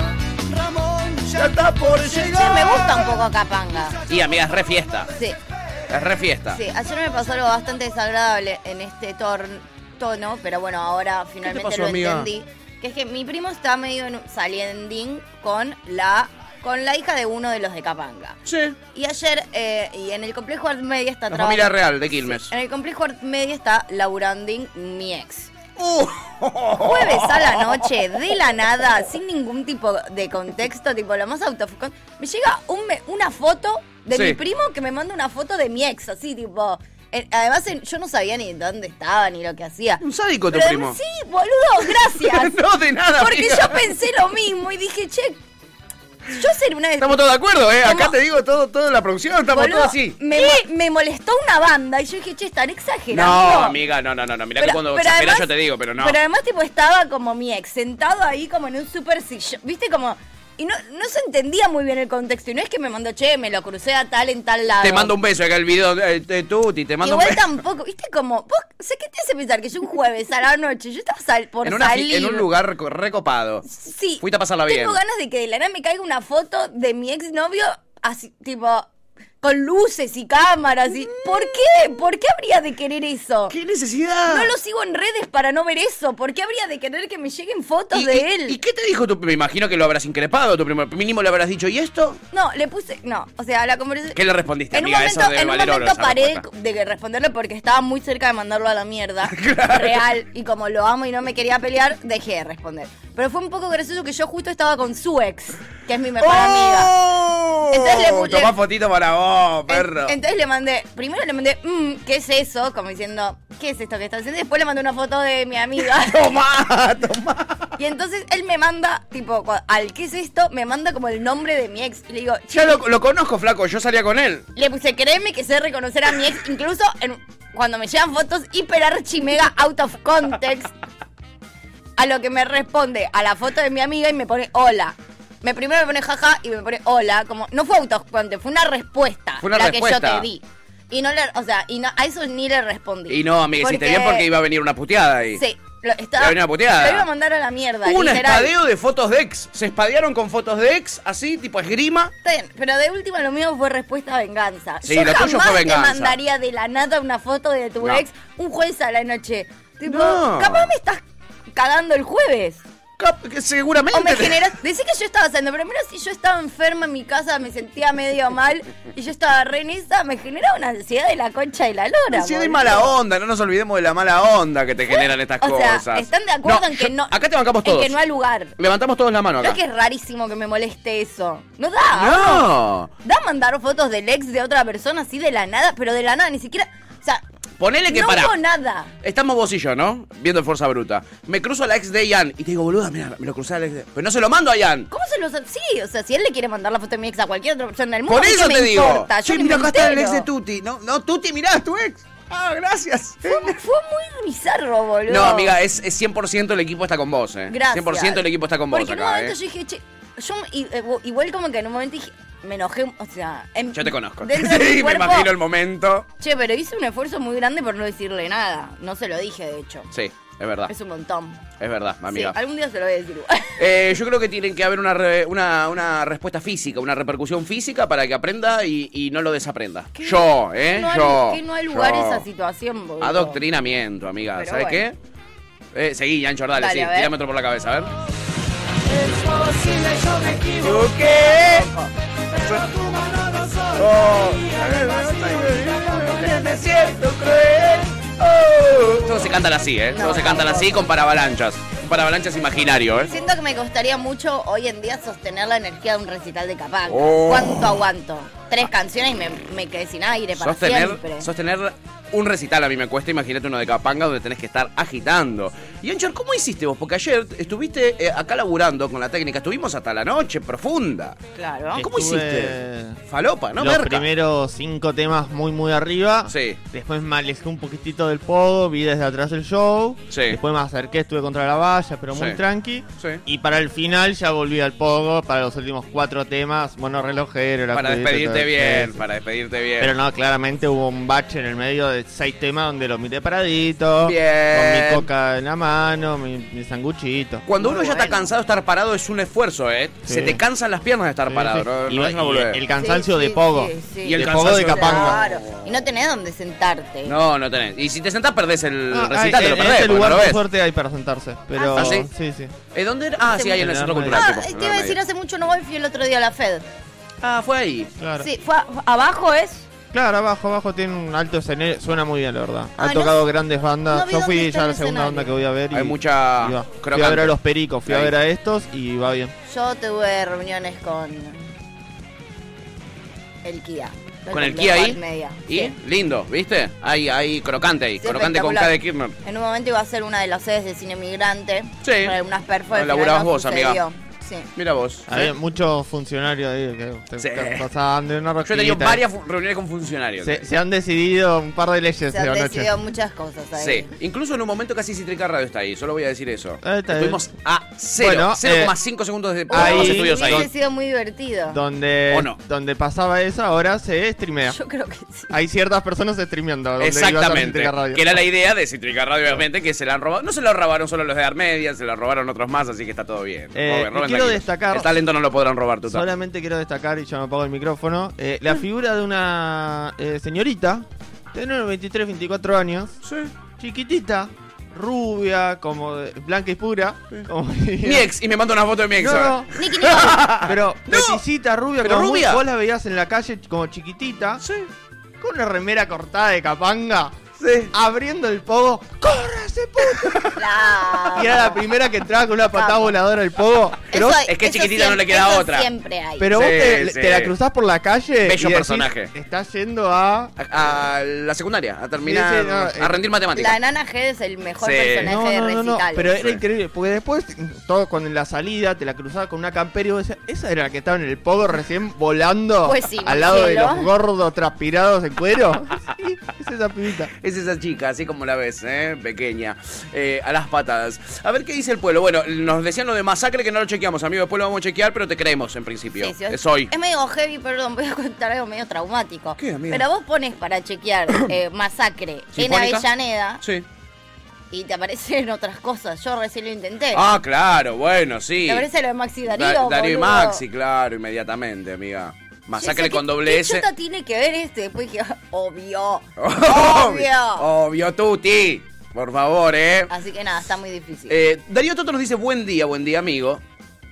S4: Ramón,
S2: ya está por
S1: Che, me gusta un poco Capanga.
S2: Y amiga, es re fiesta.
S1: Sí,
S2: Es re fiesta.
S1: sí. Ayer me pasó algo bastante desagradable en este tor- tono, pero bueno, ahora finalmente
S2: pasó,
S1: lo
S2: amiga?
S1: entendí. Que es que mi primo está medio en un- saliendín con la con la hija de uno de los de Capanga.
S2: Sí.
S1: Y ayer, eh, y en el complejo Art Media está
S2: La
S1: traba-
S2: familia real de Quilmes.
S1: Sí, en el complejo Art Media está laburanding mi ex.
S2: Uh.
S1: Jueves a la noche, de la nada, sin ningún tipo de contexto, tipo lo más auto... Me llega un me- una foto de
S2: Sí.
S1: mi primo que me manda una foto de mi ex, así tipo... eh, Además, en- yo no sabía ni dónde estaba ni lo que hacía.
S2: Un sádico tu
S1: Pero,
S2: primo.
S1: Sí, boludo, gracias.
S2: no, de nada.
S1: Porque
S2: amiga.
S1: yo pensé lo mismo y dije, che, yo sería una de
S2: Estamos todos de acuerdo, ¿eh? Acá
S1: Estamos-
S2: te digo todo, toda la producción, estamos
S1: Boludo,
S2: todos así.
S1: Me, mo- me molestó una banda y yo dije, che, están exagerando.
S2: No, amiga, no, no, no, no. Mirá que cuando
S1: pero
S2: exagerás
S1: además-
S2: yo te digo, pero no.
S1: Pero además, tipo, estaba como mi ex, sentado ahí como en un super sillón. ¿Viste? Como. Y no, no se entendía muy bien el contexto. Y no es que me mandó, che, me lo crucé a tal en tal lado.
S2: Te mando un beso acá el video de, de Tuti, te mando
S1: Igual
S2: un beso.
S1: tampoco, ¿viste? Como. ¿Vos sé qué te hace pensar que yo un jueves a la noche, yo estaba sal- por
S2: En, una fi-
S1: salir.
S2: en un lugar reco- recopado.
S1: Sí.
S2: Fuiste a pasarla bien.
S1: Tengo ganas de que de la nada me caiga una foto de mi exnovio así, tipo, con luces y cámaras. Y... ¿Por qué? ¿Por qué habría de querer eso?
S2: Mm. ¡Qué necesidad!
S1: No lo sigo en redes para no ver eso. ¿Por qué habría de querer que me lleguen fotos
S2: ¿Y,
S1: de
S2: y-
S1: él?
S2: ¿Y qué te dijo tu primo? Me imagino que lo habrás increpado tu primo. Mínimo le habrás dicho, ¿y esto?
S1: No, le puse. No, o sea, la conversación.
S2: ¿Qué le respondiste,
S1: en un
S2: amiga?
S1: momento,
S2: Eso debe
S1: en un
S2: valer oro,
S1: momento
S2: esa
S1: paré
S2: respuesta.
S1: de que responderle porque estaba muy cerca de mandarlo a la mierda. Real. Y como lo amo y no me quería pelear, dejé de responder. Pero fue un poco gracioso que yo justo estaba con su ex, que es mi mejor amiga.
S2: ¡Oh!
S1: Entonces le- le-
S2: Tomá fotito para vos,
S1: En-
S2: perro.
S1: Entonces le mandé, primero le mandé, "Mm, ¿qué es eso? Como diciendo, ¿qué es esto que estás haciendo? Y Después le mandé una foto de mi amiga.
S2: Tomá, tomá.
S1: y entonces él me manda, tipo, cua- al ¿qué es esto? Me manda como el nombre de mi ex. Y le digo,
S2: Ya
S1: "Che",
S2: lo, lo conozco, flaco. Yo salía con él.
S1: le puse, créeme que sé reconocer a mi ex, incluso en- cuando me llegan fotos hiper archi mega out of context. A lo que me responde a la foto de mi amiga y me pone hola. Me primero me pone jaja y me pone hola, como no fue autoconte, fue una respuesta
S2: Fue una
S1: la que yo
S2: respuesta.
S1: te di. Y no le, o sea, y no, a eso ni le respondí.
S2: Y no, amiga, hiciste bien porque iba a venir una puteada ahí.
S1: Sí, lo,
S2: Iba
S1: estaba-
S2: a venir una puteada.
S1: lo iba a mandar a la mierda,
S2: Hubo un
S1: literal.
S2: espadeo de fotos de ex. Se espadearon con fotos de ex, así, tipo esgrima.
S1: Está bien, pero de última lo mío fue respuesta a venganza.
S2: Sí,
S1: Yo
S2: lo tuyo
S1: jamás
S2: fue
S1: te
S2: venganza.
S1: mandaría de la nada una foto de tu
S2: No.
S1: ex un jueves a la noche. Tipo,
S2: No.
S1: capaz me estás cagando el jueves.
S2: Cap- que seguramente.
S1: O me
S2: te-
S1: generas. Decí que yo estaba haciendo, pero primero si yo estaba enferma en mi casa, me sentía medio mal y yo estaba re en esa, me generaba una ansiedad de la concha de la lora.
S2: Sí, de
S1: boludo.
S2: mala onda, no nos olvidemos de la mala onda que te generan estas
S1: O sea,
S2: cosas.
S1: ¿están de acuerdo en
S2: yo-
S1: que no.
S2: Acá te bancamos
S1: en
S2: todos.
S1: que no hay lugar.
S2: Levantamos todos la mano
S1: No
S2: acá.
S1: es que es rarísimo que me moleste eso. No da.
S2: No.
S1: Da mandar fotos del ex de otra persona así de la nada, pero de la nada, ni siquiera. O sea,
S2: Ponele que
S1: no
S2: pará.
S1: hubo nada.
S2: Estamos vos y yo, ¿no? Viendo Fuerza Bruta. Me cruzo a la ex de Ian y te digo, boluda, mira, me lo crucé a la ex de. Pero no se lo mando a Ian.
S1: ¿Cómo se los.? Sí, o sea, si él le quiere mandar la foto de mi ex a cualquier otra persona del mundo,
S2: Por
S1: ¿a mí
S2: eso
S1: qué
S2: te
S1: me
S2: digo.
S1: importa? Yo
S2: Che,
S1: ni
S2: mirá,
S1: me
S2: acá está el ex
S1: entero.
S2: de Tuti. No, no, Tuti, mirá, es tu ex. Ah, gracias.
S1: Fue, fue muy bizarro, boludo.
S2: No, amiga, es, es 100% el equipo está con vos, eh.
S1: Gracias.
S2: 100% el equipo está con vos
S1: Porque en un
S2: acá,
S1: momento
S2: eh.
S1: yo dije, che, yo i- eh, igual como que en un momento dije, me enojé, o sea, en-
S2: Yo te conozco.
S1: Dentro de mi
S2: Sí, me
S1: cuerpo,
S2: imagino el momento.
S1: Che, pero hice un esfuerzo muy grande por no decirle nada. No se lo dije, de hecho.
S2: Sí, es verdad.
S1: Es un montón.
S2: Es verdad, Ah. amiga.
S1: Sí, algún día se lo voy a decir. igual.
S2: Eh, yo creo que tienen que haber una, re- una, una respuesta física, una repercusión física para que aprenda y, y no lo desaprenda.
S1: ¿Qué?
S2: Yo, ¿eh?
S1: No hay-
S2: yo.
S1: que no hay lugar
S2: yo.
S1: a esa situación, boludo.
S2: Adoctrinamiento, amiga.
S1: Pero
S2: ¿Sabes
S1: bueno.
S2: qué? Eh, seguí, Ancho, dale,
S1: Dale,
S2: sí.
S1: a ver.
S2: Tirame otro por la cabeza, a ver.
S4: Es posible, yo me equivoco.
S2: ¿Tú
S1: Eh,
S2: qué?
S4: Pero tu mano no soy.
S2: Me siento cruel. Oh. Todos se cantan así, ¿eh?
S1: No,
S2: Todos se cantan así con paravalanchas. Un paravalanchas imaginario, ¿eh?
S1: Siento que me costaría mucho hoy en día sostener la energía de un recital de Capanga.
S2: Oh.
S1: ¿Cuánto aguanto? Tres canciones y me, me quedé sin aire para
S2: Sostener,
S1: siempre.
S2: sostener un recital a mí me cuesta, imagínate uno de Capanga donde tenés que estar agitando. Y Anchor, ¿cómo hiciste vos? Porque ayer estuviste eh, acá laburando con la técnica, estuvimos hasta la noche profunda.
S1: Claro.
S2: Ah, ¿Cómo
S5: Estuve-
S2: hiciste? Falopa, ¿no?
S5: Los
S2: Merca.
S5: primeros cinco temas muy, muy arriba.
S2: Sí.
S5: Después me alejé un poquitito del pogo, vi desde atrás el show.
S2: Sí.
S5: Después me acerqué, estuve contra la valla, pero muy
S2: Sí.
S5: tranqui.
S2: Sí.
S5: Y para el final ya volví al pogo, para los últimos cuatro temas, mono relojero. la
S2: Para
S5: judita,
S2: despedirte
S5: todo eso.
S2: bien, para despedirte bien.
S5: Pero no, claramente hubo un bache en el medio de de seis temas donde lo miré paradito.
S2: Bien.
S5: Con mi coca en la mano, mi, mi sanguchito.
S2: Cuando uno
S1: Muy
S2: ya está
S1: bueno.
S2: cansado de estar parado es un esfuerzo, ¿eh?
S5: Sí.
S2: Se te cansan las piernas de estar parado. no-
S5: Y
S2: no
S5: va-
S2: es
S5: y
S2: una boludez.
S5: el cansancio
S1: Sí, sí,
S5: de Pogo.
S1: sí, sí.
S2: Y el
S5: de
S2: cansancio
S5: Pogo de
S2: de-
S5: Capanga.
S1: Claro. Y no tenés dónde sentarte.
S2: No, no tenés. Y si te sentás perdés el
S5: Ah,
S2: recital,
S1: eh,
S5: hay-
S2: te lo
S5: en
S2: perdés,
S5: este
S2: porque no
S5: lugar
S2: lo
S5: por
S2: ves.
S5: suerte hay para sentarse. Pero,
S2: ¿Ah, sí?
S5: Sí, sí.
S2: ¿Eh, ¿Dónde era? Ah, sí, ahí en el
S5: Hace
S2: centro
S5: mucho.
S2: cultural.
S1: Ah,
S2: tipo, en la
S1: te iba a
S2: media.
S1: decir, hace mucho no voy, fui el otro día a la Fed.
S2: Ah, fue ahí.
S5: Claro.
S1: Sí, fue a- abajo es.
S5: Claro, abajo, abajo tiene un alto escenario. Suena muy bien, la verdad. Ha
S1: Ay, Ah, no
S5: tocado
S1: sé-
S5: grandes bandas.
S1: no vi
S5: Yo
S1: dónde
S5: fui
S1: está
S5: ya
S1: el
S5: la segunda
S1: escenario.
S5: banda que voy a ver. y-
S2: Hay mucha
S5: y va. Fui a ver
S2: crocante.
S5: a los pericos, fui a
S2: Ahí.
S5: ver a estos y va bien.
S1: Yo tuve reuniones con el Kia.
S2: Con el Kia ahí.
S1: Media.
S2: Y lindo, ¿viste? Hay, hay crocante ahí.
S1: Sí,
S2: crocante con
S1: espectacular.
S2: K de Kirchner.
S1: En un momento iba a ser una de las sedes de cine migrante.
S2: Sí.
S1: Para unas perfos.
S2: Lo laburabas vos, amiga.
S1: Sí.
S2: Mira vos.
S5: Había muchos funcionarios ahí que te-
S2: Sí.
S5: te pasaban de una
S2: Yo he tenido
S5: rosquillita. eh.
S2: varias fu- reuniones con funcionarios.
S5: Se, se han decidido un par de leyes
S1: Se
S5: de
S1: han
S5: la noche.
S1: decidido muchas cosas ahí.
S2: Sí, incluso en un momento casi Citrica Radio está ahí, solo voy a decir eso.
S5: Ah, está
S2: Estuvimos a cero,
S5: Bueno, eh,
S2: 0,5 segundos de
S5: ahí-
S2: los estudios
S1: Hubiese
S2: ahí.
S1: sido muy divertido.
S5: Donde,
S2: ¿O no?
S5: donde pasaba eso, ahora se streamea.
S1: Yo creo que sí.
S5: Hay ciertas personas streameando. donde iba a estar
S2: Exactamente,
S5: Cítrica Radio.
S2: que era la idea de Citrica Radio, obviamente, que se la han robado. No se la robaron solo los de Armedia, se la robaron otros más, así que está todo bien. Roben,
S5: Eh,
S2: roben
S5: y quiero
S2: tranquilos.
S5: destacar-
S2: El talento no lo podrán robar, tú sabes.
S5: Solamente quiero destacar, y yo me apago el micrófono, eh, la figura de una eh, señorita, de unos 23, 24 años, chiquitita, rubia, como de- blanca y pura. como diría.
S2: Mi ex, y me manda una foto de mi ex.
S5: No,
S2: ¿sabes?
S5: no. Pero peticita, rubia,
S2: Pero
S5: como muy-
S2: rubia.
S5: vos la veías en la calle como chiquitita,
S2: Sí,
S5: con una remera cortada de capanga,
S2: sí.
S5: abriendo el pogo, ¡córrase, puta!
S1: Claro.
S5: Y era la primera que entraba con una patada voladora al pogo. Pero,
S1: Eso-
S2: es que
S1: eso
S2: chiquitita no le queda
S1: eso
S2: otra.
S1: Siempre hay.
S5: pero vos
S2: Sí,
S5: te,
S2: sí.
S5: te la cruzás por la calle y
S2: Bello
S5: decís,
S2: personaje.
S5: Estás yendo a...
S2: A, a la secundaria, a terminar,
S5: Sí, sí, no,
S2: a
S5: eh,
S2: rendir matemáticas.
S1: La nana G es el mejor
S2: Sí.
S1: personaje de recital.
S5: pero era
S2: Sí.
S5: increíble, porque después, todo con la salida, te la cruzaba con una campera y vos decías, esa era la que estaba en el pogo recién volando
S1: Pues sí,
S5: al lado de
S1: cielo.
S5: los gordos transpirados en cuero. sí, es esa pibita.
S2: Es esa chica, así como la ves, ¿eh? pequeña, Eh, a las patadas. A ver qué dice el pueblo. Bueno, nos decían lo de masacre que no lo chequeamos, amigo. Después lo vamos a chequear, pero te creemos en principio.
S1: Sí, sí,
S2: es hoy.
S1: Es medio heavy, perdón, voy a contar algo medio traumático.
S2: ¿Qué, amiga?
S1: Pero vos pones para chequear eh, masacre en
S2: ¿Sinfónica?
S1: Avellaneda
S2: Sí.
S1: y te aparecen otras cosas. Yo recién lo intenté.
S2: Ah, claro, bueno, sí.
S1: Te aparece lo de Maxi Darío.
S2: Da- Darío y
S1: boludo.
S2: Maxi, claro, inmediatamente, amiga.
S1: Yo decía,
S2: Masacre
S1: ¿qué-
S2: con doble
S1: qué
S2: S.
S1: chota tiene que ver este? Después que. Obvio. Obvio. Ah,
S2: Obvio, Tuti. Por favor, ¿eh?
S1: Así que nada, está muy difícil.
S2: Eh, Darío Toto nos dice buen día, buen día, amigo.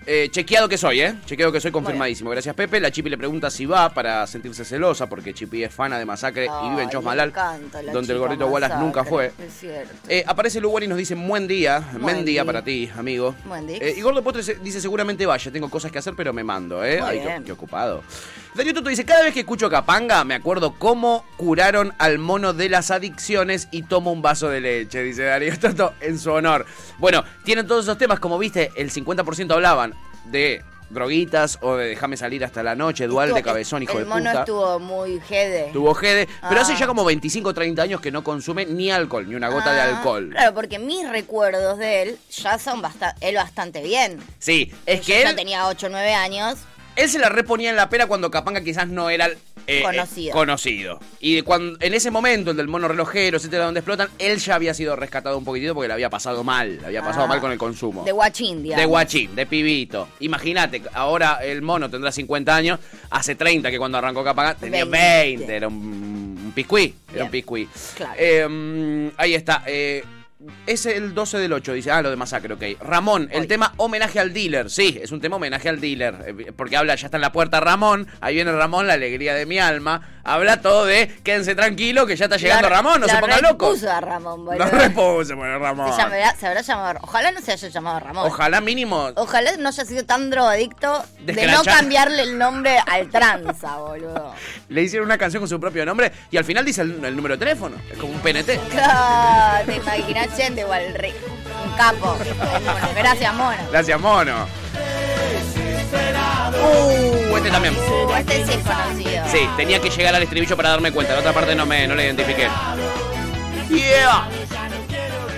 S2: Eh, chequeado que soy, ¿eh? Chequeado que soy, confirmadísimo. Gracias, Pepe. La Chipi le pregunta si va para sentirse celosa, porque Chipi es fana de Masacre y vive en
S1: Ay,
S2: Chosmalal,
S1: me encanta la
S2: donde el
S1: chica
S2: gorrito Wallace
S1: masacre,
S2: nunca fue.
S1: Es cierto.
S2: Eh, aparece Lugar y nos dice buen día, buen día
S1: Buen día.
S2: para ti, amigo.
S1: Buen día.
S2: Eh, y Gordo Postre se- dice seguramente vaya, tengo cosas que hacer, pero me mando, ¿eh?
S1: Muy
S2: Ay, qué,
S1: bien.
S2: qué ocupado. Darío Toto dice, cada vez que escucho Capanga, me acuerdo cómo curaron al mono de las adicciones y tomo un vaso de leche, dice Darío Toto, en su honor. Bueno, tienen todos esos temas, como viste, el 50% hablaban de droguitas o de déjame salir hasta la noche, dual de
S1: Estuvo-
S2: cabezón, hijo de
S1: El mono
S2: puta.
S1: estuvo muy jede.
S2: Tuvo Gede, pero
S1: Ah.
S2: hace ya como 25 o 30 años que no consume ni alcohol, ni una gota de
S1: Ah,
S2: alcohol.
S1: Claro, porque mis recuerdos de él ya son basta- él bastante bien.
S2: Sí, es
S1: Yo
S2: que
S1: ya
S2: él,
S1: tenía 8 o 9 años.
S2: él se la reponía en la pera cuando Capanga quizás no era eh,
S1: Conocido.
S2: eh, conocido. Y cuando, en ese momento, el del mono relojero, etcétera, donde explotan, él ya había sido rescatado un poquitito porque le había pasado mal, le había pasado
S1: Ah.
S2: mal con el consumo.
S1: De guachín, digamos.
S2: de guachín, de pibito. Imagínate, ahora el mono tendrá 50 años, hace 30 que cuando arrancó Capanga tenía 20,
S1: 20.
S2: era un, un piscuí, era
S1: Bien.
S2: un piscuí.
S1: Claro.
S2: Eh, ahí está. eh, es el 12 del 8, dice. Ah, lo de masacre, ok. Ramón, el
S1: Hoy.
S2: tema homenaje al dealer. Sí, es un tema homenaje al dealer. eh, Porque habla, ya está en la puerta Ramón. Ahí viene Ramón, la alegría de mi alma. Habla todo de quédense tranquilo que ya está llegando
S1: La-
S2: Ramón, no
S1: la
S2: se pongan locos.
S1: repuso a Ramón, boludo.
S2: No repuso, bueno, Ramón.
S1: Se, llamará- se habrá llamado. Ojalá no se haya llamado Ramón.
S2: Ojalá mínimo.
S1: Ojalá no haya sido tan drogadicto de no
S2: Descrachado.
S1: cambiarle el nombre al tranza, boludo.
S2: Le hicieron una canción con su propio nombre y al final dice el, el número de teléfono. Es como un PNT.
S1: Claro, te imaginas yendo igual rico. Un capo. Bueno, gracias, mono.
S2: Gracias, mono. Uh, este también.
S1: Este sí es conocido.
S2: Sí, tenía que llegar al estribillo para darme cuenta. La otra parte no me no la identifiqué. Yeah.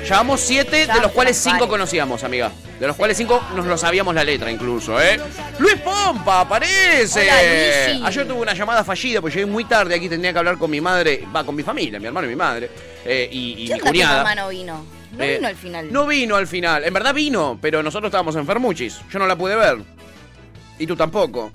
S2: Llevamos siete, de
S1: Ya,
S2: los cuales
S1: ya,
S2: cinco
S1: varios.
S2: conocíamos, amiga. De los cuales cinco nos lo sabíamos la letra incluso, ¿eh? ¡Luis Pompa, aparece!
S1: Hola, Luisi.
S2: Ayer tuve una llamada fallida porque llegué muy tarde. Aquí tenía que hablar con mi madre, va, con mi familia, mi hermano y mi madre. eh, y y mi
S1: ¿Qué onda que tu
S2: cuñada.
S1: mamá no vino? No
S2: Eh,
S1: vino al final.
S2: No vino al final. En verdad vino, pero nosotros estábamos enfermuchis. Yo no la pude ver. Y tú tampoco.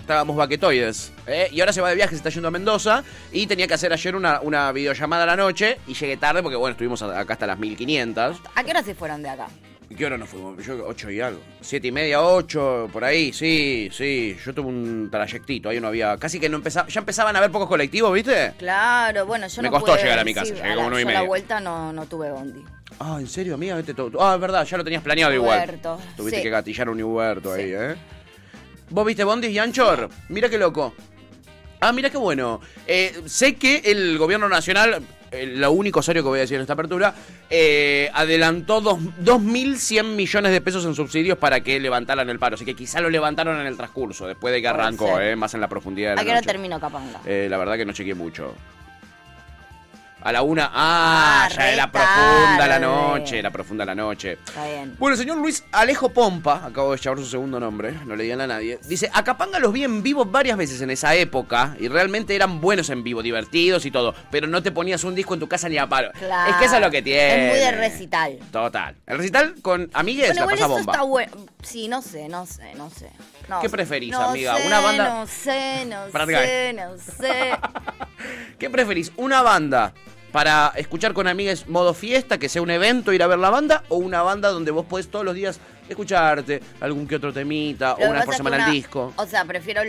S2: Estábamos baquetoides. ¿eh? Y ahora se va de viaje, se está yendo a Mendoza. Y tenía que hacer ayer una, una videollamada a la noche. Y llegué tarde porque, bueno, estuvimos a- acá hasta las 1500.
S1: ¿A qué hora se fueron de acá?
S2: ¿Y ¿Qué hora nos fuimos? Yo, 8 y algo. 7 y media, 8, por ahí. Sí, sí. Yo tuve un trayectito. Ahí no había. Casi que no empezaba. Ya empezaban a haber pocos colectivos, ¿viste?
S1: Claro, bueno, yo
S2: Me
S1: no
S2: costó
S1: pude-
S2: llegar a mi casa, llegué
S1: a
S2: como
S1: la-
S2: nueve y
S1: yo
S2: media.
S1: la vuelta no, no tuve bondi.
S2: Ah, ¿en serio, amiga? Vete todo- Ah, es verdad, ya lo tenías planeado
S1: Huerto,
S2: igual. Tuviste
S1: sí.
S2: que gatillar un huerto ahí,
S1: Sí.
S2: ¿eh? ¿Vos viste Bondis y Anchor? Mira qué loco. Ah, mira qué bueno. Eh, sé que el gobierno nacional, eh, lo único serio que voy a decir en esta apertura, eh, adelantó dos- 2.100 millones de pesos en subsidios para que levantaran el paro. Así que quizá lo levantaron en el transcurso, después de que
S1: Puede
S2: arrancó,
S1: ser.
S2: eh, más en la profundidad de la
S1: ¿A qué hora
S2: noche.
S1: terminó Capanga?
S2: Eh, la verdad que no chequeé mucho. A la una. Ah,
S1: Ah,
S2: ya era
S1: re
S2: profunda la
S1: tarde.
S2: noche, era profunda la noche.
S1: Está bien.
S2: Bueno, el señor Luis Alejo Pompa, acabo de llamar su segundo nombre, no le digan a nadie. Dice, a Capanga los vi en vivo varias veces en esa época y realmente eran buenos en vivo, divertidos y todo, pero no te ponías un disco en tu casa ni a paro.
S1: Claro.
S2: Es que eso es lo que tiene.
S1: Es muy de recital.
S2: Total. El recital con amigues
S1: Bueno,
S2: la
S1: igual
S2: pasa
S1: eso
S2: bomba.
S1: está bueno. Sí, no sé, no sé, no sé. No
S2: ¿Qué
S1: sé.
S2: preferís,
S1: No
S2: amiga?
S1: sé,
S2: ¿Una banda? eh.
S1: No sé, no
S2: Brad
S1: sé, no sé.
S2: ¿Qué preferís? ¿Una banda para escuchar con amigues modo fiesta, que sea un evento, ir a ver la banda? ¿O una banda donde vos podés todos los días escucharte algún que otro temita
S1: Lo
S2: o
S1: que
S2: una
S1: pasa
S2: por
S1: es que
S2: semana
S1: una-
S2: al disco?
S1: O sea, prefiero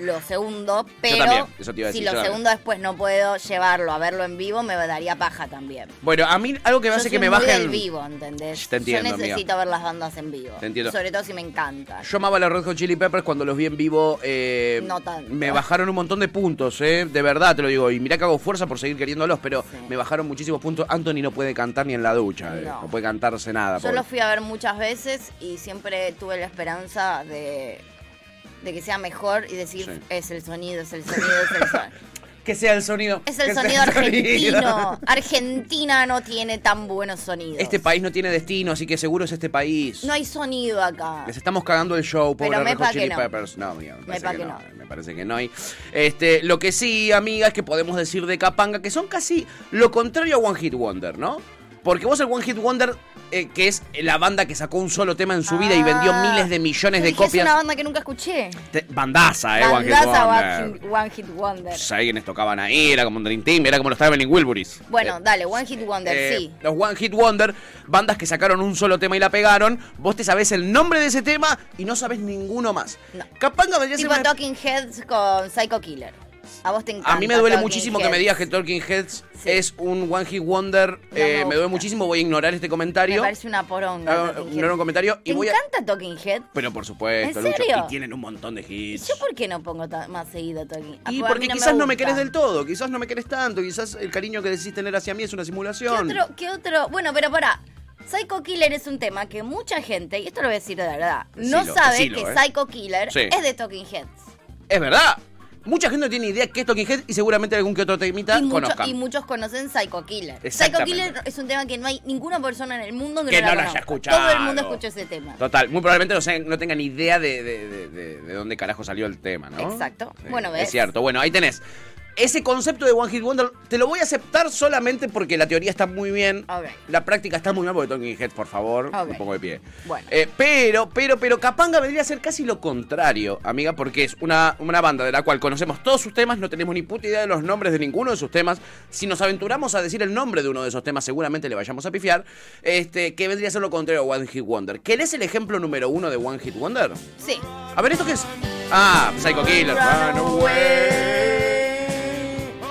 S1: lo segundo, pero
S2: también, eso te iba a
S1: si
S2: decir,
S1: lo
S2: yo también.
S1: segundo después no puedo llevarlo a verlo en vivo, me daría paja también.
S2: Bueno, a mí algo que me
S1: Yo
S2: hace
S1: soy
S2: que me
S1: muy
S2: bajen...
S1: del vivo, ¿entendés?
S2: Te entiendo,
S1: Yo
S2: amiga.
S1: necesito ver las bandas en vivo.
S2: Te entiendo.
S1: Sobre todo si me encantan.
S2: Yo amaba los Red Hot Chili Peppers cuando los vi en vivo. eh,
S1: No tanto.
S2: Me bajaron un montón de puntos, eh, de verdad te lo digo. Y mirá que hago fuerza por seguir queriéndolos, pero me bajaron muchísimos puntos. Anthony no puede cantar ni en la ducha, eh, no,
S1: No.
S2: puede cantarse nada.
S1: Yo
S2: Ah, pobre.
S1: lo fui a ver muchas veces y siempre tuve la esperanza de, de que sea mejor y decir,
S2: Sí.
S1: es el sonido, es el sonido, es el sonido.
S2: Que sea el sonido.
S1: Es el
S2: que sea
S1: sonido
S2: sonido.
S1: argentino. Argentina no tiene tan buenos sonidos.
S2: Este país no tiene destino, así que seguro es este país.
S1: No hay sonido acá.
S2: Les estamos cagando el show, pobre
S1: Pero
S2: Red
S1: mepa
S2: Hot
S1: que
S2: Chili
S1: no.
S2: Peppers. No, mira, me parece
S1: Mepa
S2: que,
S1: que
S2: no.
S1: no.
S2: Me parece que no hay. Este, lo que sí, amiga, es que podemos decir de Capanga que son casi lo contrario a One Hit Wonder, ¿no? Porque vos el One Hit Wonder, eh, que es la banda que sacó un solo tema en su vida y vendió
S1: Ah.
S2: miles de millones
S1: Yo
S2: de
S1: dije, Es una
S2: copias.
S1: banda que nunca escuché.
S2: Te- Bandaza, eh,
S1: Bandaza
S2: One
S1: One
S2: Hit
S1: Hit,
S2: Wonder.
S1: One Hit Wonder.
S2: Sabés quiénes tocaban ahí, era como un Dream Team, era como los Traveling Wilburys.
S1: Bueno,
S2: Eh,
S1: dale, One Hit Wonder,
S2: eh,
S1: sí.
S2: Los One Hit Wonder, bandas que sacaron un solo tema y la pegaron. Vos te sabés el nombre de ese tema y no sabés ninguno más.
S1: No.
S2: Capanga vendría a ser
S1: Tipo
S2: una-
S1: Talking Heads con Psycho Killer. A vos te encanta.
S2: A mí me duele
S1: Talking
S2: muchísimo que
S1: Heads.
S2: me digas que Talking Heads
S1: Sí.
S2: es un One Hit Wonder.
S1: me
S2: Eh, me, duele
S1: gusta.
S2: muchísimo, voy a ignorar este
S1: Me
S2: comentario.
S1: parece una poronga.
S2: Ah,
S1: Talking
S2: ignorar
S1: Heads.
S2: un comentario y
S1: ¿Te
S2: voy a-
S1: encanta Talking Head?
S2: Pero por supuesto,
S1: ¿En
S2: Lucho.
S1: serio?
S2: Y tienen un montón de hits.
S1: ¿Yo por qué no pongo ta- más seguido Talking Ah,
S2: Y
S1: a
S2: porque
S1: mí
S2: quizás no me
S1: gusta.
S2: querés del todo, quizás no me querés tanto, quizás el cariño que decís tener hacia mí es una
S1: ¿Qué
S2: simulación.
S1: otro, ¿Qué otro? Bueno, pero pará. Psycho Killer es un tema que mucha gente, y esto lo voy a decir de verdad, no
S2: Decilo,
S1: sabe
S2: decilo,
S1: que
S2: eh.
S1: Psycho Killer
S2: Sí.
S1: es de Talking Heads.
S2: Es verdad. Mucha gente no tiene idea qué es Talking Heads y seguramente algún que otro temita
S1: Y, mucho-
S2: conozcan.
S1: y muchos conocen Psycho Killer. Psycho
S2: Exactamente.
S1: Killer es un tema que no hay ninguna persona en el mundo que,
S2: Que
S1: no, la
S2: no lo haya
S1: conozca.
S2: escuchado.
S1: Todo el mundo escuchó ese tema.
S2: Total, muy probablemente no, sean- no tengan idea de, de- de- de- de dónde carajo salió el tema, ¿no?
S1: Exacto. Bueno,
S2: Es
S1: ¿ves?
S2: cierto. Bueno, ahí tenés. Ese concepto de One Hit Wonder te lo voy a aceptar solamente porque la teoría está muy bien.
S1: Ok.
S2: La práctica está muy mal porque Talking Heads, por favor,
S1: Ok.
S2: un poco de pie.
S1: Bueno.
S2: Eh, pero, pero, pero Capanga vendría a ser casi lo contrario, amiga, porque es una, una banda de la cual conocemos todos sus temas, no tenemos ni puta idea de los nombres de ninguno de sus temas. Si nos aventuramos a decir el nombre de uno de esos temas, seguramente le vayamos a pifiar. Este, que vendría a ser lo contrario a One Hit Wonder. ¿Querés el ejemplo número uno de One Hit Wonder?
S1: Sí.
S2: A ver, ¿esto qué es? Ah, Psycho Killer.
S1: Run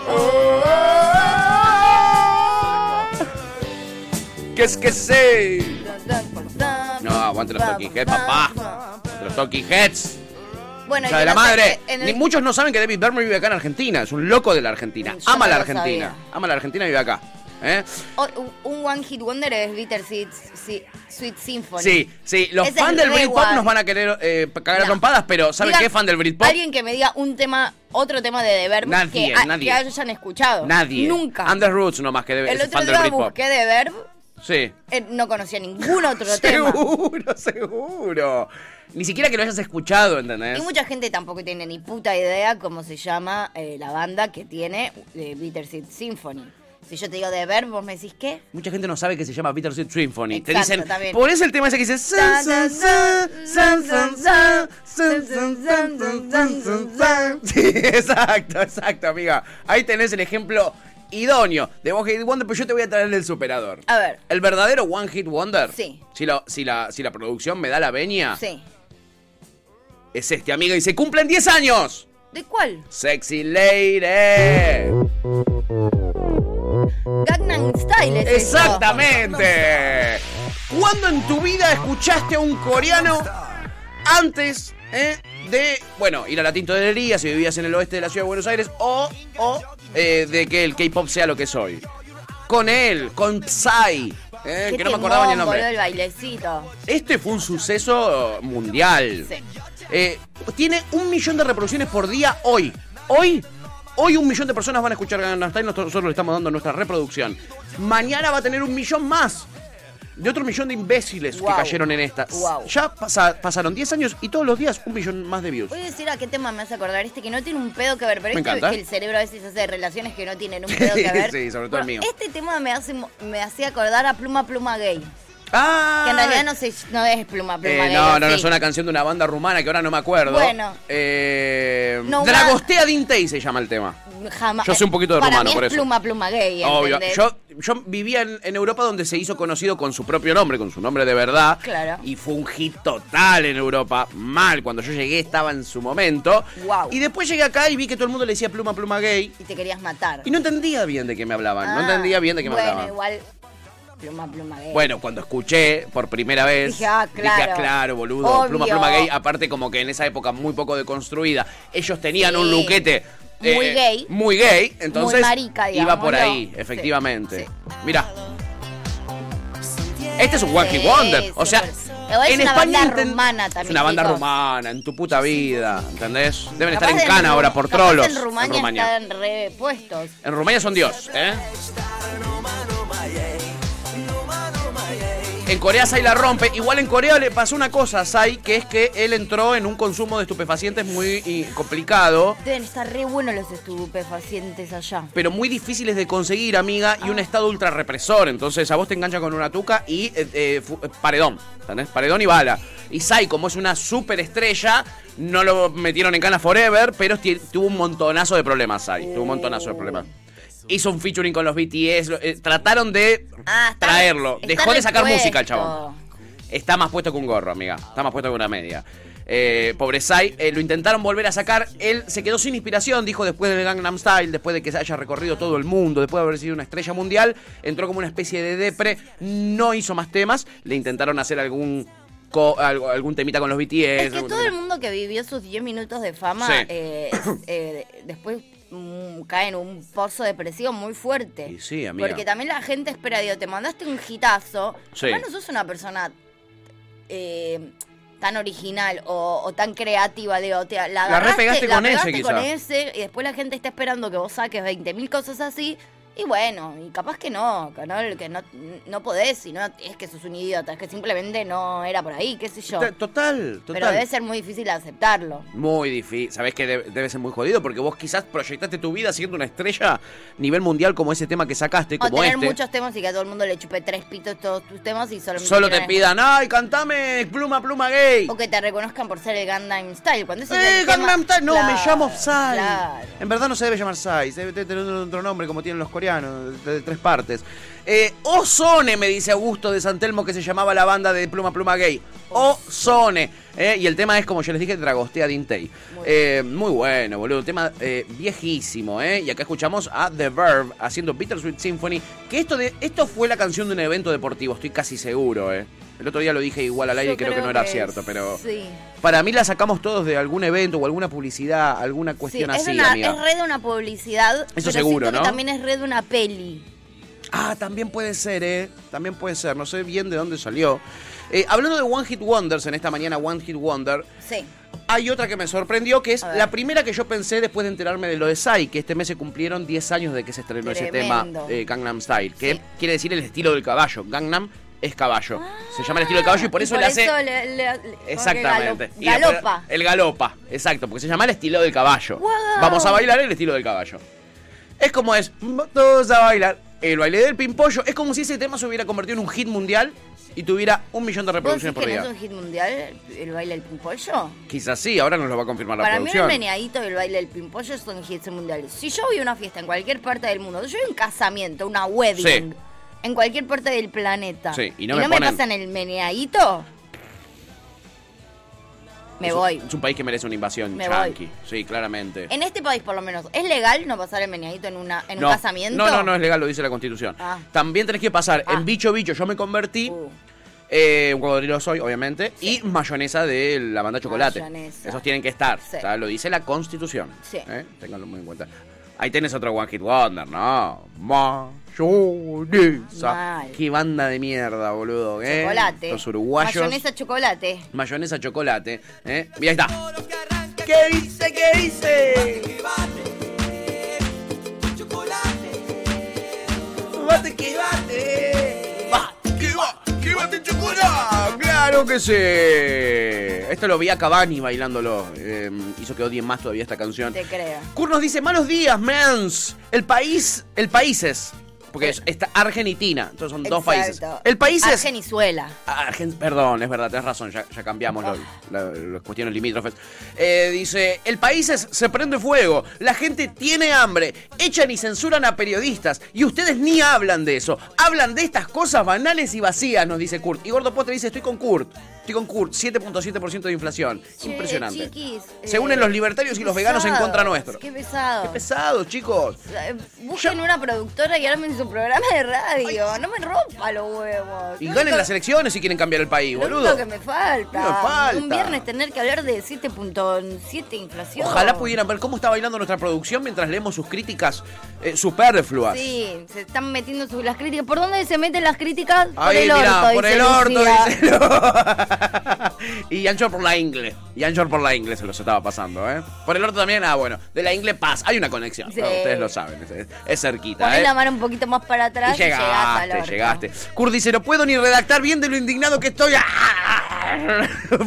S2: Oh, ¿Qué es eh? que sé? No, aguante
S1: aguante
S2: los Talking Heads, papá. Los Talking Heads.
S1: Bueno,
S2: hija de la
S1: yo no sé,
S2: madre.
S1: en el-
S2: Ni- muchos no saben que David Berman vive acá en Argentina. Es un loco de la Argentina.
S1: Yo
S2: Ama
S1: no
S2: la
S1: lo
S2: Argentina.
S1: sabía.
S2: Ama la Argentina y vive acá. ¿Eh?
S1: O- un- un One Hit Wonder es Bitter Sweet, Sweet, Sweet Symphony.
S2: Sí, sí. Los
S1: Ese
S2: fans
S1: es
S2: del
S1: re
S2: Britpop
S1: guay.
S2: nos van a querer eh, cagar a
S1: No.
S2: trompadas, pero ¿saben
S1: Digan,
S2: qué fan del Britpop?
S1: Alguien que me diga un tema, otro tema de The Verb
S2: Nadie,
S1: que, a-
S2: nadie.
S1: que hayan escuchado.
S2: Nadie.
S1: Nunca.
S2: Under Roots nomás que debe,
S1: el
S2: es
S1: otro
S2: fan del
S1: día
S2: Britpop.
S1: busqué The Verb
S2: Sí.
S1: Eh, no conocía ningún otro tema.
S2: Seguro, seguro. Ni siquiera que lo hayas escuchado, ¿entendés?
S1: Y mucha gente tampoco tiene ni puta idea cómo se llama eh, la banda que tiene eh, Bittersweet Symphony. Si yo te digo de ver, vos me decís qué.
S2: Mucha gente no sabe que se llama Bittersweet Symphony. Te
S1: Exacto,
S2: dicen,
S1: también.
S2: por eso el tema ese que dice... "San, san, san, san, san, san, san, san, san, san, san, san, san". Sí, exacto, exacto, amiga. Ahí tenés el ejemplo idóneo de One Hit Wonder, pero yo te voy a traer el superador.
S1: A ver.
S2: ¿El verdadero One Hit Wonder?
S1: Sí.
S2: Si, lo- si, la, si la producción me da la venia,
S1: Sí.
S2: es este, amiga, y se cumplen 10 años.
S1: ¿De cuál?
S2: Sexy Lady.
S1: Gangnam Style es eso.
S2: Exactamente. ¿Cuándo en tu vida escuchaste a un coreano antes eh, de, bueno, ir a la tintorería si vivías en el oeste de la ciudad de Buenos Aires o, o, eh, de que el K-pop sea lo que soy? Con él, con Psy, eh,
S1: Qué
S2: que no me acordaba ni el
S1: temón,
S2: nombre.
S1: boludo, el bailecito.
S2: Este fue un suceso mundial.
S1: Sí.
S2: Eh, tiene un millón de reproducciones por día hoy. Hoy, hoy un millón de personas van a escuchar Gangnam Style. Nosotros nosotros le estamos dando nuestra reproducción. Mañana va a tener un millón más. De otro millón de imbéciles que
S1: Guau.
S2: cayeron en esta.
S1: Guau.
S2: Ya pasa- pasaron 10 años y todos los días un millón más de views.
S1: Voy a decir a qué tema me hace acordar este que no tiene un pedo que ver, pero
S2: Me
S1: este
S2: encanta.
S1: que el cerebro a veces hace relaciones que no tienen un pedo que ver.
S2: Sí, sobre todo el mío.
S1: Este tema me hace me hacía acordar a Pluma Pluma Gay,
S2: Ah,
S1: que en realidad no se, no es Pluma Pluma
S2: eh,
S1: Gay.
S2: no, no,
S1: o
S2: no,
S1: sí.
S2: es una canción de una banda rumana que ahora no me acuerdo.
S1: Bueno.
S2: Eh,
S1: No,
S2: Dragostea Dintei se llama el tema.
S1: Jamás.
S2: Yo soy un poquito de
S1: Para
S2: rumano,
S1: mí
S2: por
S1: es
S2: eso.
S1: Pluma Pluma Gay,
S2: Obvio.
S1: ¿entendés?
S2: Yo, yo vivía en, en Europa donde se hizo conocido con su propio nombre, con su nombre de verdad.
S1: Claro.
S2: Y fue un hit total en Europa. Mal. Cuando yo llegué estaba en su momento.
S1: Guau.
S2: Y después llegué acá y vi que todo el mundo le decía pluma, pluma gay.
S1: Y te querías matar.
S2: Y no entendía bien de qué me hablaban. no
S1: Ah,
S2: entendía bien de qué me
S1: bueno,
S2: hablaban.
S1: igual Pluma Pluma Gay.
S2: Bueno, cuando escuché por primera vez.
S1: Dije, ah, claro.
S2: claro, boludo.
S1: Obvio.
S2: Pluma, pluma gay. Aparte, como que en esa época muy poco deconstruida. Ellos tenían
S1: Sí.
S2: un luquete. eh,
S1: Muy gay.
S2: Muy gay. Entonces.
S1: marica,
S2: Iba
S1: digamos,
S2: por
S1: ¿no?
S2: ahí,
S1: Sí,
S2: efectivamente.
S1: sí.
S2: Mirá. Este es un Wacky Wonder.
S1: Sí,
S2: O sea,
S1: sí, pero- Igual es
S2: en
S1: una
S2: España.
S1: banda
S2: enten-
S1: rumana
S2: Es
S1: también,
S2: una banda
S1: chicos.
S2: rumana, en tu puta vida. ¿Entendés? Deben
S1: Capaz
S2: estar en Cana
S1: Ru-
S2: ahora por
S1: capaz
S2: trolos.
S1: En Rumania, están repuestos.
S2: En Rumania son Dios, ¿eh? En Corea Sai la rompe. Igual en Corea le pasó una cosa a Sai, que es que él entró en un consumo de estupefacientes muy y, complicado,
S1: Deben estar re buenos los estupefacientes allá.
S2: pero muy difíciles de conseguir, amiga, y un estado ultra represor. Entonces a vos te engancha con una tuca y eh, eh, fu- eh, paredón, ¿entendés? Paredón y bala. Y Sai, como es una superestrella, no lo metieron en Cana Forever, pero ti- tuvo un montonazo de problemas, Sai. Tuvo un montonazo de problemas. Hizo un featuring con los BTS, lo- eh, trataron de
S1: Ah, está-
S2: traerlo.
S1: está
S2: Dejó de sacar
S1: repuesto.
S2: música el chabón. Está más puesto que un gorro, amiga. Está más puesto que una media. Eh, pobre Sai, eh, lo intentaron volver a sacar. Él se quedó sin inspiración, dijo después del Gangnam Style, después de que se haya recorrido todo el mundo, después de haber sido una estrella mundial. Entró como una especie de depre, no hizo más temas. Le intentaron hacer algún, co- algo- algún temita con los BTS.
S1: Es que
S2: algún
S1: todo
S2: temita.
S1: el mundo que vivió sus 10 minutos de fama,
S2: Sí.
S1: eh, eh, después mm, cae en un pozo depresivo muy fuerte.
S2: Y sí, amiga.
S1: Porque también la gente espera, digo, te mandaste un hitazo.
S2: Sí.
S1: Además, no sos una persona eh, tan original o, o tan creativa, digo, te- la, agarraste,
S2: repegaste
S1: la
S2: con ese,
S1: pegaste con
S2: quizá.
S1: ese, y después la gente está esperando que vos saques 20.000 cosas así. Y bueno, y capaz que no, que no, que no, no podés, sino es que sos un idiota, es que simplemente no era por ahí, qué sé yo.
S2: Total, total.
S1: Pero debe ser muy difícil aceptarlo.
S2: Muy difícil. Sabés que de- debe ser muy jodido porque vos quizás proyectaste tu vida siendo una estrella nivel mundial como ese tema que sacaste,
S1: O
S2: como
S1: tener
S2: este.
S1: muchos temas y que a todo el mundo le chupe tres pitos todos tus temas y solamente
S2: Solo te
S1: quieran-
S2: pidan, ay, cantame pluma, pluma gay.
S1: O que te reconozcan por ser el Gangnam Style. Cuando es el
S2: Eh,
S1: del tema-
S2: Gangnam Style. No, me
S1: Claro,
S2: llamo Psy.
S1: claro.
S2: En verdad no se debe llamar Psy, se debe tener otro nombre como tienen los coreanos, de, de tres partes. Eh, Ozone, me dice Augusto de Santelmo que se llamaba la banda de Pluma Pluma Gay. Ozone. Eh, y el tema es, como yo les dije, Dragostea Dintei. Eh, muy bueno, boludo. Tema eh, viejísimo, ¿eh? Y acá escuchamos a The Verve haciendo Bittersweet Symphony. Que esto, de, esto fue la canción de un evento deportivo, estoy casi seguro, ¿eh? El otro día lo dije igual al aire y
S1: Yo
S2: creo, que no era cierto, pero... Para mí la sacamos todos de algún evento o alguna publicidad, alguna
S1: Sí,
S2: cuestión
S1: es,
S2: así,
S1: una,
S2: amiga.
S1: es re de una publicidad. pero
S2: seguro,
S1: siento
S2: ¿no?
S1: que también es red de una peli.
S2: Ah, también puede ser, ¿eh? También puede ser. No sé bien de dónde salió. Eh, hablando de One Hit Wonders en esta mañana, One Hit Wonder,
S1: Sí.
S2: hay otra que me sorprendió, que es
S1: A ver.
S2: la primera que yo pensé después de enterarme de lo de Psy, que este mes se cumplieron 10 años de que se estrenó
S1: Tremendo.
S2: ese tema, eh, Gangnam Style, que
S1: Sí. Ah.
S2: quiere decir el estilo del caballo. Gangnam es caballo. se llama el estilo del caballo y por eso le hace...
S1: le- le- le-
S2: Exactamente.
S1: porque
S2: Y
S1: galo-
S2: después-
S1: Galopa.
S2: El galopa, exacto, porque se llama el estilo del caballo.
S1: Wow.
S2: Vamos a bailar el estilo del caballo. Es como es, todos a bailar. El baile del pimpollo es como si ese tema se hubiera convertido en un hit mundial y tuviera un millón de
S1: ¿Vos
S2: reproducciones
S1: decís
S2: por
S1: que no
S2: día.
S1: es un hit mundial el baile del pimpollo?
S2: Quizás sí, ahora nos lo va a confirmar la
S1: Para mí el
S2: producción.
S1: meneadito y el baile del pimpollo son hits mundiales. Si yo voy a una fiesta en cualquier parte del mundo, yo voy a un casamiento, una wedding,
S2: Sí.
S1: en cualquier parte del planeta,
S2: Sí, y no me
S1: me
S2: ponen-
S1: pasan el meneadito, me
S2: Es un-
S1: voy.
S2: Es un país que merece una invasión
S1: Me
S2: yanqui. Sí, claramente.
S1: En este país, por lo menos, ¿es legal no pasar el meneadito en, una, en
S2: no,
S1: un casamiento?
S2: No, no, no es legal, lo dice la constitución.
S1: Ah.
S2: También tenés que pasar
S1: Ah.
S2: en bicho bicho, yo me convertí.
S1: Uh.
S2: Eh, un cocodrilo soy, obviamente. Y mayonesa de la banda chocolate.
S1: Mayonesa.
S2: Esos tienen que estar.
S1: Sí.
S2: O sea, lo dice la constitución.
S1: Sí.
S2: ¿eh? Ténganlo muy en cuenta. Ahí tenés otro One Hit Wonder, ¿no? Mayonesa.
S1: Mal.
S2: Qué banda de mierda, boludo. ¿eh?
S1: Chocolate.
S2: Los uruguayos. Mayonesa,
S1: Mayonesa chocolate.
S2: chocolate. ¿eh? Y ahí está.
S4: ¿Qué dice? ¿Qué dice? Chocolate. Bate que bate.
S2: ¡Qué va! ¡Qué va este chocolate! ¡Claro que sí! Esto lo vi a Cavani bailándolo. eh, hizo que odien más todavía esta canción.
S1: Te creo.
S2: Kur nos dice, malos días, mens. El país, el países. Porque es, está Argentina, entonces son dos países.
S1: Eh. Exacto.
S2: El país es...
S1: Argenizuela.
S2: Argen- Ah, perdón, es verdad, tenés razón, ya, ya cambiamos lo- la- las cuestiones limítrofes. Eh, dice, el país es- se prende fuego, la gente tiene hambre, echan y censuran a periodistas, y ustedes ni hablan de eso, hablan de estas cosas banales y vacías, nos dice Kurt. Y Gordo Postre dice, estoy con Kurt, estoy con Kurt, 7.7% de inflación,
S1: Che,
S2: impresionante.
S1: chiquis,
S2: se
S1: eh,
S2: unen los libertarios y los veganos en
S1: pesados,
S2: contra nuestro.
S1: Qué pesado.
S2: Qué pesado, chicos.
S1: Eh, Busquen una productora y armen su programa de radio. No me rompa los huevos.
S2: Y
S1: Lo
S2: ganen
S1: único-
S2: las elecciones si quieren cambiar el país,
S1: lo
S2: boludo.
S1: único que me falta.
S2: No me falta.
S1: Un viernes tener que hablar de 7.7 inflación.
S2: Ojalá pudieran ver cómo está bailando nuestra producción mientras leemos sus críticas eh, superfluas.
S1: Sí, se están metiendo sus- las críticas. ¿Por dónde se meten las críticas?
S2: Ahí, mirá, por
S1: dice
S2: el orto,
S1: Lucía.
S2: dice Lu- Y Anchor por la ingle. Y Anchor por la ingle se los estaba pasando, ¿eh? Por el orto también, ah, bueno. De la ingle paz. Hay una conexión.
S1: Sí.
S2: ¿no? Ustedes lo saben. Es, es cerquita,
S1: Poné
S2: ¿eh?
S1: la mano un poquito más para
S2: Y
S1: atrás y, llegás al
S2: llegaste,
S1: orto.
S2: llegaste. Kurt dice, no puedo ni redactar bien de lo indignado que estoy. ¡Ah!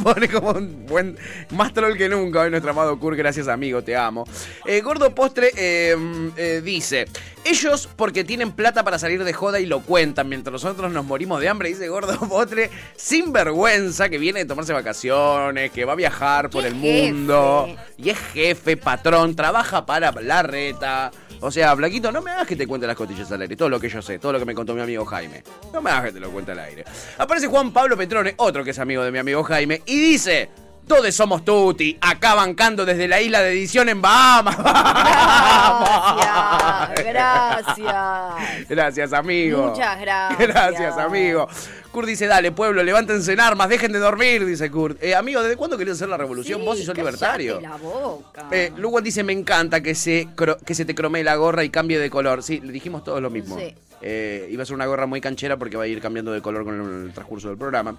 S2: Pone como un buen... Más troll que nunca hoy nuestro amado Kurt. Gracias, amigo, te amo. Eh, Gordo Postre eh, eh, dice, ellos porque tienen plata para salir de joda y lo cuentan, mientras nosotros nos morimos de hambre, dice Gordo Postre, sin vergüenza, que viene de tomarse vacaciones, que va a viajar por
S1: ¡Qué
S2: el
S1: jefe!
S2: mundo. Y es jefe, patrón, trabaja para la reta. O sea, Blanquito, no me hagas que te cuente las costillas al aire, todo lo que yo sé, todo lo que me contó mi amigo Jaime. No me hagas que te lo cuente al aire. Aparece Juan Pablo Petrone, otro que es amigo de mi amigo Jaime, y dice: Todos somos Tuti, acá bancando desde la isla de edición en Bahamas.
S1: Gracias, gracias.
S2: Gracias, amigo.
S1: Muchas gracias.
S2: Gracias, amigo. Kurt dice, dale, pueblo, levántense en armas, dejen de dormir, dice Kurt. Eh, amigo, ¿desde cuándo querías hacer la revolución? Vos y sos
S1: callate
S2: libertario.
S1: la boca.
S2: Eh, Luwan dice, me encanta que se, cro- que se te cromee la gorra y cambie de color. Sí, le dijimos todos lo mismo.
S1: Sí.
S2: Eh, iba a ser una gorra muy canchera porque va a ir cambiando de color con el, el transcurso del programa.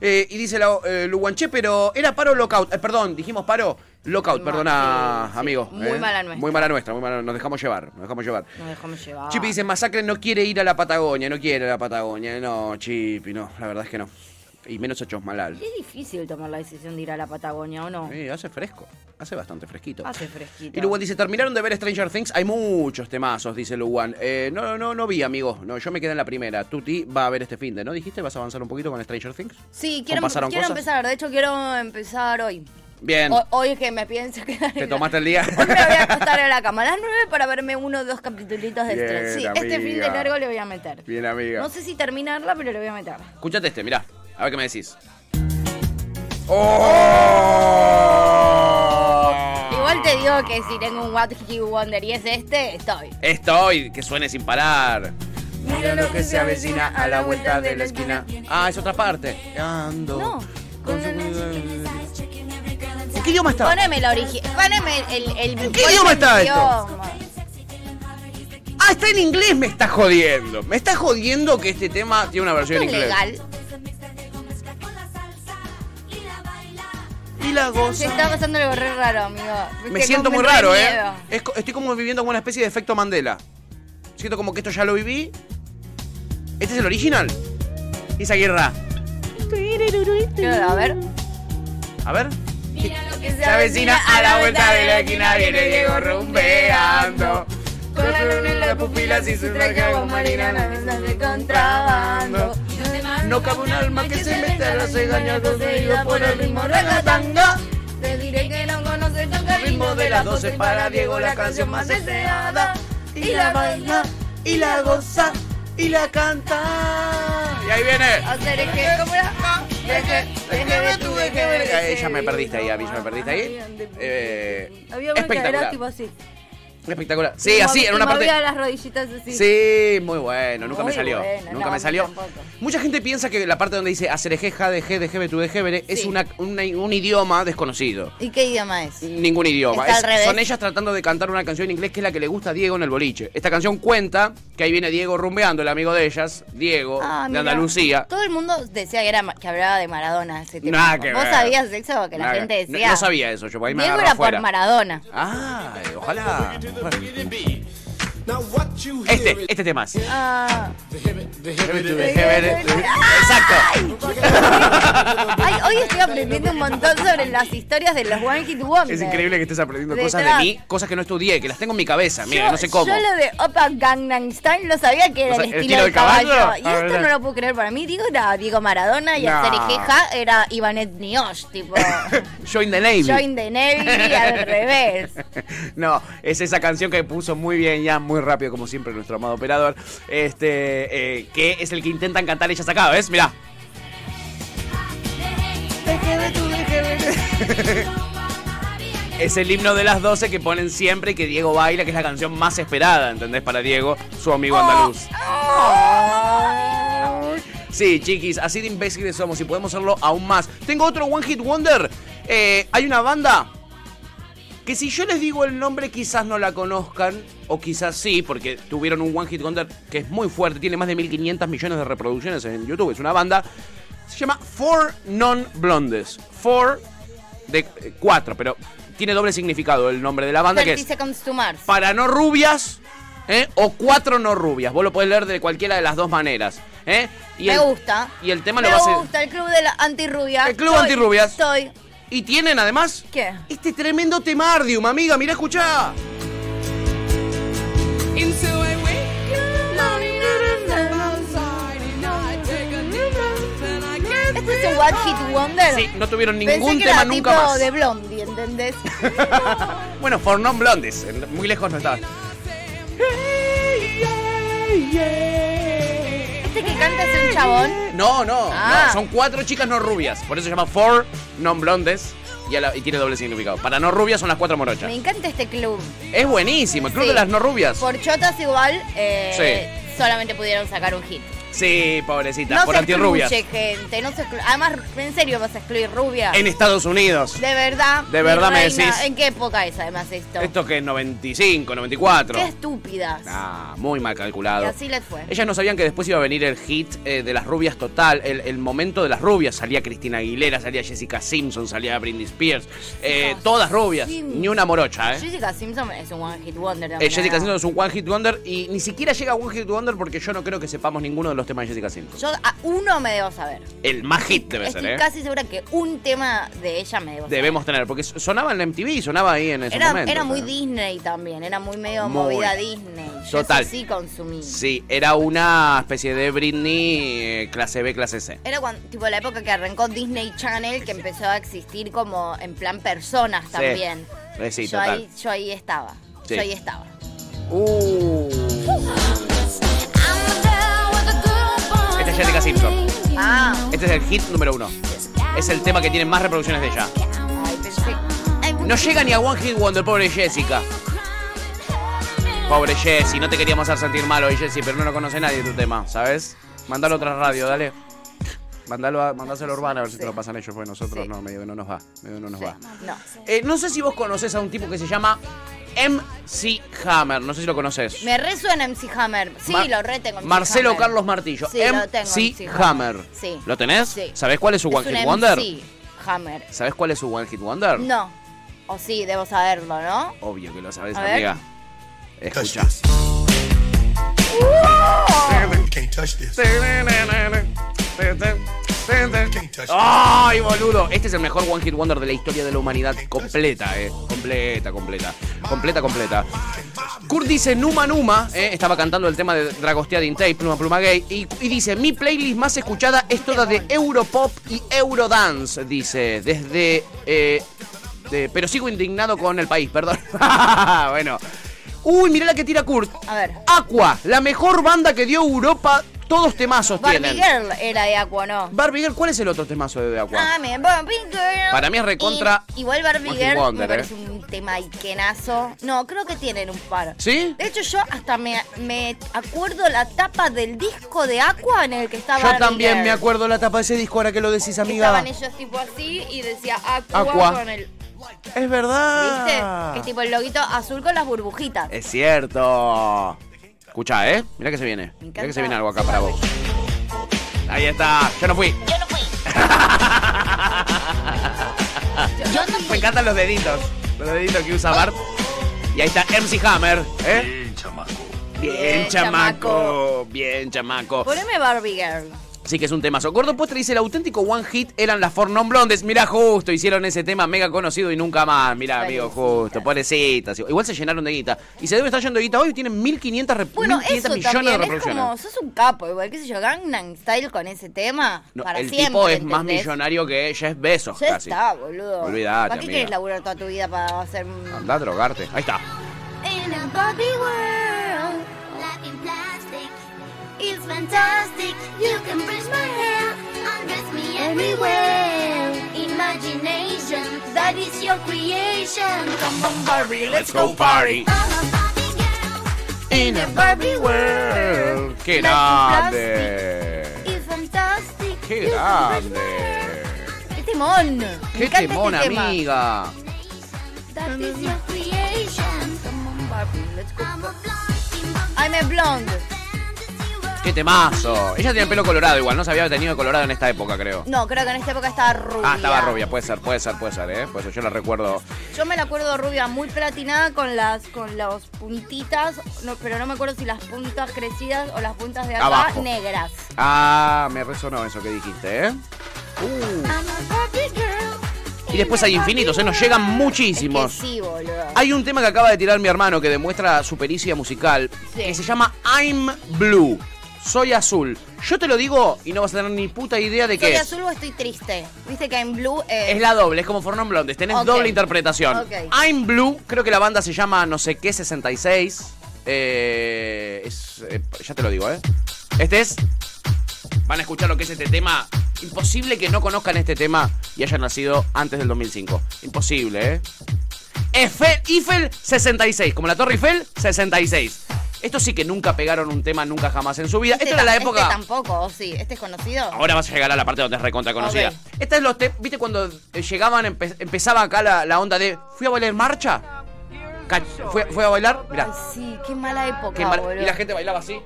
S2: Eh, y dice la, eh, Luwan, che, pero era paro o lockout. Eh, perdón, dijimos paro, lockout,
S1: Ma-
S2: perdona,
S1: sí, sí.
S2: amigo. eh.
S1: Muy mala nuestra. Ah.
S2: Muy mala nuestra, muy mala- Nos dejamos llevar, nos dejamos llevar.
S1: No dejame llevar.
S2: Chipi dice, Masacre no quiere ir a la Patagonia, no quiere ir a la Patagonia. No, Chipi, no, la verdad es que no. Y menos a Chosmalal.
S1: Es difícil tomar la decisión de ir a la Patagonia, ¿o no?
S2: Eh, hace fresco, hace bastante fresquito.
S1: Hace fresquito.
S2: Y Luwan dice, terminaron de ver Stranger Things, hay muchos temazos, dice Luwan. Eh, no, no, no vi, amigo. No, yo me quedé en la primera. Tuti va a ver este fin de, ¿no? ¿Dijiste? ¿Vas a avanzar un poquito con Stranger Things?
S1: Sí, quiero, em-,
S2: ¿O pasaron
S1: quiero
S2: cosas?
S1: empezar. De hecho, quiero empezar hoy.
S2: Bien.
S1: Ho- Hoy es que me pienso quedar.
S2: Te
S1: en
S2: tomaste el día.
S1: Hoy me voy a acostar a la cama a las 9 para verme uno o dos capítulos de
S2: Bien,
S1: estrés. Sí, este
S2: amiga.
S1: fin de largo le voy a meter.
S2: Bien, amiga.
S1: No sé si terminarla, pero le voy a meter.
S2: Escuchate este, mirá. A ver qué me decís. ¡Oh!
S1: Igual te digo que si tengo un What He Wonder y es este, estoy.
S2: Estoy, que suene sin parar.
S1: Mira lo que se avecina a la vuelta de la esquina.
S2: Ah, es otra parte. Ando.
S1: No.
S2: con su- ¿En qué idioma está?
S1: Poneme la origen. Poneme el. el, el
S2: ¿Qué idioma está esto?
S1: idioma.
S2: Ah, está en inglés, me está jodiendo. Me está jodiendo que este tema tiene una versión
S1: Esto
S2: en
S1: es
S2: inglés.
S1: legal.
S3: y la
S1: Se
S3: goza.
S1: está pasando algo re raro, amigo.
S2: Me
S1: Te
S2: siento muy
S1: compré
S2: raro, ¿eh?
S1: miedo.
S2: Es co- estoy como viviendo como una especie de efecto Mandela. Siento como que esto ya lo viví. ¿Este es el original? Esa guerra.
S1: Claro, a ver.
S2: A ver.
S1: Que se
S2: La vecina a la vuelta de la esquina viene Diego rumbeando.
S1: Con la luna en la pupila, si su traje agua marina, la mesa de contrabando.
S2: No cabe un alma que se meta a los engaños
S1: Poseída
S2: conseguidos
S1: por el ritmo ragatanga. Te diré que no conoces tanto el ritmo de las 12 para Diego, la canción más deseada. Y la baila,
S3: y la goza, y la canta.
S2: Y ahí viene.
S1: hacer es que, ¿cómo era? Deje, deje de tu, deje de
S2: Eh, ya me perdiste ahí, a mí ya me perdiste ahí. Eh,
S1: Había una que era
S2: espectacular.
S1: tipo así.
S2: Espectacular. Sí, así,
S1: en
S2: en una parte.
S1: Movía las rodillitas así.
S2: Sí, muy bueno, nunca
S1: Muy
S2: me salió.
S1: buena,
S2: nunca me
S1: no, a mí
S2: salió.
S1: tampoco.
S2: Mucha gente piensa que la parte donde dice acereje, jadeje, dejebe, tu dejebere es
S1: Sí.
S2: una, una- un idioma desconocido.
S1: ¿Y qué idioma es?
S2: Ningún idioma.
S1: Está al revés.
S2: son ellas tratando de cantar una canción en inglés que es la que le gusta a Diego en el boliche. Esta canción cuenta que ahí viene Diego rumbeando, el amigo de ellas, Diego,
S1: Ah,
S2: de
S1: mira.
S2: Andalucía.
S1: Todo el mundo decía que, era, ma- que hablaba de Maradona ese tema.
S2: Nada que
S1: ¿Vos
S2: ver.
S1: sabías eso? Que la
S2: Nada que-
S1: gente
S2: no-
S1: decía.
S2: No, sabía eso, yo por ahí me
S1: Diego
S2: agarro
S1: era
S2: afuera.
S1: por Maradona.
S2: Ah, ojalá. Este, este tema. es.
S1: Ah. Este
S2: Exacto.
S1: Ay, hoy estoy aprendiendo un montón sobre las historias de los One Hit Wonders.
S2: Es increíble que estés aprendiendo
S1: De
S2: cosas de
S1: trap.
S2: mí, cosas que no estudié, que las tengo en mi cabeza, mira,
S1: Yo-
S2: no sé cómo.
S1: Yo lo de Opa Gangnam Style lo sabía que era
S2: O sea,
S1: el estilo del caballo.
S2: caballo.
S1: Y
S2: Ah,
S1: esto
S2: verdad.
S1: no lo puedo creer para mí. Digo, era Diego Maradona y
S2: No.
S1: Acerejeja era Ivanet Niosh, tipo.
S2: Join the Navy.
S1: Join the Navy al revés.
S2: No, es esa canción que puso muy bien ya, muy rápido, como siempre, nuestro amado operador. Este, eh, que es el que intentan cantar ellas acá, ¿ves? Mirá. Es el himno de las 12 que ponen siempre y que Diego baila, que es la canción más esperada, ¿entendés? Para Diego, su amigo
S1: Oh,
S2: andaluz. Sí, chiquis, así de imbéciles somos y podemos hacerlo aún más. Tengo otro One Hit Wonder. Eh, hay una banda que si yo les digo el nombre quizás no la conozcan o quizás sí, porque tuvieron un One Hit Wonder que es muy fuerte, tiene más de 1500 millones de reproducciones en YouTube, es una banda. Se llama Four Non Blondes. Four de eh, cuatro, pero tiene doble significado el nombre de la banda que
S1: 30
S2: es
S1: Seconds to Mars.
S2: para no rubias ¿eh? o cuatro no rubias. Vos lo podés leer de cualquiera de las dos maneras. ¿eh? Y
S1: Me
S2: el-
S1: gusta.
S2: Y el tema
S1: Me
S2: lo va a hacer.
S1: gusta el club de la antirrubia.
S2: El club
S1: Soy-
S2: antirrubias.
S1: Soy.
S2: Y tienen además
S1: ¿Qué?
S2: este tremendo temardium, amiga. Mirá, escuchá.
S1: Este es un One Hit Wonder.
S2: Sí, no tuvieron
S1: Pensé
S2: ningún
S1: que
S2: tema
S1: era
S2: nunca
S1: tipo
S2: más.
S1: de Blondie, ¿entendés?
S2: bueno, For Non Blondes. en- Muy lejos no estaban.
S1: Este que canta es un chabón.
S2: No, no,
S1: Ah.
S2: no, Son cuatro chicas no rubias. Por eso se llama Four Non Blondes. Y, a la- y tiene doble significado. Para no rubias son las cuatro morochas.
S1: Me encanta este club.
S2: Es buenísimo. El club
S1: Sí.
S2: de las no rubias.
S1: Por chotas igual, eh, solamente pudieron sacar un hit.
S2: Sí, pobrecita.
S1: No
S2: por
S1: se
S2: antirrubias.
S1: excluye, gente. No se excluye. Además, en serio vas a excluir rubia.
S2: En Estados Unidos.
S1: De verdad.
S2: De
S1: mi
S2: verdad me
S1: reina.
S2: decís.
S1: ¿En qué época es además esto?
S2: Esto que es 95, 94.
S1: Qué estúpidas.
S2: Ah, muy mal
S1: Y
S2: calculado.
S1: así les fue.
S2: Ellas no sabían que después iba a venir el hit eh, de las rubias total, el, el momento de las rubias. Salía Cristina Aguilera, salía Jessica Simpson, salía Britney Spears. Eh,
S1: Jessica
S2: todas rubias,
S1: Simpson.
S2: ni una morocha, ¿eh?
S1: Jessica Simpson es un one hit wonder.
S2: Eh,
S1: también,
S2: Jessica
S1: ¿no?
S2: Simpson es un One Hit Wonder y ni siquiera llega a One Hit Wonder porque yo no creo que sepamos ninguno de los temas de Jessica Simpson.
S1: Yo a uno me debo saber.
S2: El más hit debe ser,
S1: Estoy
S2: ¿eh?
S1: casi segura que un tema de ella me debo
S2: Debemos tener, porque sonaba en la MTV, sonaba ahí en ese
S1: saber. Era,
S2: momento.
S1: era muy
S2: o sea.
S1: Disney también, era muy medio
S2: Muy.
S1: movida Disney. Yo
S2: Total.
S1: eso sí consumí.
S2: Sí, era una especie de Britney eh, clase B, clase C.
S1: Era cuando, tipo la época que arrancó Disney Channel, que empezó a existir como en plan personas también.
S2: Eh, sí,
S1: yo,
S2: total.
S1: ahí, yo ahí estaba.
S2: Sí.
S1: Yo ahí estaba.
S2: Uh. Esta este es Jessica Simpson.
S1: Ah,
S2: Este es el hit número uno. Es el tema que tiene más reproducciones de ella.
S1: ay, pensé. ay,
S2: No llega ni a One Hit Wonder, pobre Jessica. Pobre Jessie, no te queríamos hacer sentir mal hoy, Jessie, pero no lo conoce nadie tu tema, ¿sabes? Mandalo a otra radio, dale. Mandalo a, mandáselo a Urbana a ver si
S1: Sí.
S2: te lo pasan ellos, porque nosotros
S1: Sí.
S2: no, medio que no nos va. Medio que no nos va.
S1: No.
S2: Eh, no sé si vos conoces a un tipo que se llama MC Hammer. No sé si lo conoces.
S1: Me resuena MC Hammer. Sí,
S2: Mar-
S1: lo retengo. MC
S2: Marcelo
S1: Hammer.
S2: Carlos Martillo.
S1: Sí, lo tengo.
S2: MC Hammer.
S1: Sí.
S2: ¿Lo tenés?
S1: Sí.
S2: ¿Sabés cuál es su
S1: Es
S2: One
S1: un
S2: Hit
S1: MC
S2: Wonder?
S1: Hammer.
S2: ¿Sabés cuál es su One Hit Wonder?
S1: No. O sí, debo saberlo, ¿no?
S2: Obvio que lo sabés,
S1: A ver.
S2: amiga. Escucha.
S6: Can't touch this. Can't touch
S2: ¡Ay, boludo! Este es el mejor One Hit Wonder de la historia de la humanidad completa, eh. Completa, completa. Completa, completa. Kurt dice Numa Numa, eh, estaba cantando el tema de Dragosteading Tape, Pluma Pluma Gay, y, y dice, mi playlist más escuchada es toda de Europop y Eurodance, dice, desde... eh, de- pero sigo indignado con el país, perdón. bueno. Uy, mirá la que tira Kurt.
S1: A ver.
S2: Aqua, la mejor banda que dio Europa, todos temazos
S1: Barbie
S2: tienen.
S1: Girl era de Aqua, ¿no?
S2: Barbie Girl, ¿cuál es el otro temazo de Aqua?
S1: Ah, me Barbie Girl.
S2: Para mí es recontra
S1: Y- igual Barbie
S2: One Hit
S1: Girl
S2: Wonder,
S1: me parece
S2: eh.
S1: un tema iquenazo. No, creo que tienen un par.
S2: ¿Sí?
S1: De hecho, yo hasta me, me acuerdo la tapa del disco de Aqua en el que estaba.
S2: Yo
S1: Barbie
S2: también
S1: Girl.
S2: me acuerdo la tapa de ese disco ahora que lo decís,
S1: Que
S2: amiga.
S1: Estaban ellos tipo así y decía Aqua,
S2: Aqua.
S1: con el.
S2: Es
S1: ¿Viste?
S2: verdad.
S1: Que es tipo el loguito azul con las burbujitas.
S2: Es cierto. Escucha, ¿eh? Mirá que se viene.
S1: Me
S2: Mirá que
S1: encanta.
S2: se viene algo acá para vos. Ahí está. Yo no fui.
S4: Yo no fui.
S1: Yo no
S2: Me encantan los deditos. Los deditos que usa Bart. Y ahí está MC Hammer, ¿eh?
S7: Bien, chamaco.
S2: Bien,
S1: Bien,
S2: chamaco. Bien, chamaco.
S1: Poneme Barbie Girl.
S2: Sí que es un temazo. Gordo Postre dice, el auténtico One Hit eran las Four Non Blondes. Mirá, justo, hicieron ese tema mega conocido y nunca más. Mirá, amigo, justo, pobrecitas. Igual se llenaron de guita. Y se debe estar yendo de guita hoy, tienen 1.500 rep-
S1: Bueno,
S2: 1.500
S1: eso
S2: millones de
S1: también es
S2: reproducciones.
S1: como, sos un capo, igual, qué sé yo, Gangnam Style con ese tema,
S2: No,
S1: para
S2: el
S1: siempre,
S2: tipo es más
S1: ¿entendés?
S2: millonario que Jeff Bezos,
S1: Ya
S2: casi.
S1: está, boludo.
S2: Olvídate,
S1: ¿Para qué
S2: amiga.
S1: quieres laburar toda tu vida para hacer un...
S2: Andá a drogarte. Ahí está.
S8: In a Barbie world, life in plastic is fantastic. You can brush my hair, undress me everywhere. Imagination, that is your creation. Come on, Barbie, let's
S2: Go party.
S8: I'm a Barbie girl
S2: In a Barbie world. ¡Qué grande!
S8: is fantastic.
S2: ¡Qué
S8: You can brush my
S2: grande!
S1: ¡Qué temón! Me
S2: ¡Qué
S1: encanta
S2: temón,
S1: este tema.
S2: amiga!
S8: nation, That is your creation. Come on, Barbie, let's go. I'm a blonde
S1: I'm
S8: in the
S1: a blonde.
S8: fantasy world.
S2: ¡Qué temazo! Ella tenía el pelo colorado igual, no se había tenido colorado en esta época, creo.
S1: No, creo que en esta época estaba rubia.
S2: Ah, estaba rubia, puede ser, puede ser, puede ser, ¿eh? Pues yo la recuerdo.
S1: Yo me la acuerdo rubia, muy platinada con las con las puntitas, no, pero no me acuerdo si las puntas crecidas o las puntas de acá
S2: Abajo.
S1: negras.
S2: Ah, me resonó eso que dijiste, ¿eh?
S8: I'm a Barbie girl.
S2: Y después hay infinitos, ¿eh? Nos llegan
S1: Es que
S2: muchísimos.
S1: sí, boludo.
S2: Hay un tema que acaba de tirar mi hermano que demuestra su pericia musical,
S1: Sí.
S2: que se llama I'm Blue. Soy azul. Yo te lo digo y no vas a tener ni puta idea de qué
S1: ¿Soy
S2: es.
S1: azul o estoy triste? Viste que en blue eh,
S2: Es la doble, es como Fornon Blondes, tenés
S1: Ok.
S2: doble interpretación.
S1: Ok.
S2: I'm Blue, creo que la banda se llama no sé qué 66. Eh, es, eh, ya te lo digo, ¿eh? Este es. Van a escuchar lo que es este tema. Imposible que no conozcan este tema y hayan nacido antes del 2005. Imposible, ¿eh? Eiffel, Eiffel 66, como la Torre Eiffel 66. Esto sí que nunca pegaron un tema nunca jamás en su vida.
S1: este
S2: Esta era la
S1: ta-
S2: época.
S1: Este tampoco, ¿o sí. Este es conocido.
S2: Ahora vas a llegar a la parte donde es recontra conocida.
S1: Ok.
S2: Esta es los te- ¿Viste cuando eh, llegaban, empe- empezaba acá la, la onda de. ¿Fui a bailar marcha? Ca- ¿Fue, fue a bailar?
S1: Ay,
S2: Mirá.
S1: sí, qué mala época,
S2: qué mar-
S1: boludo.
S2: y la gente bailaba así.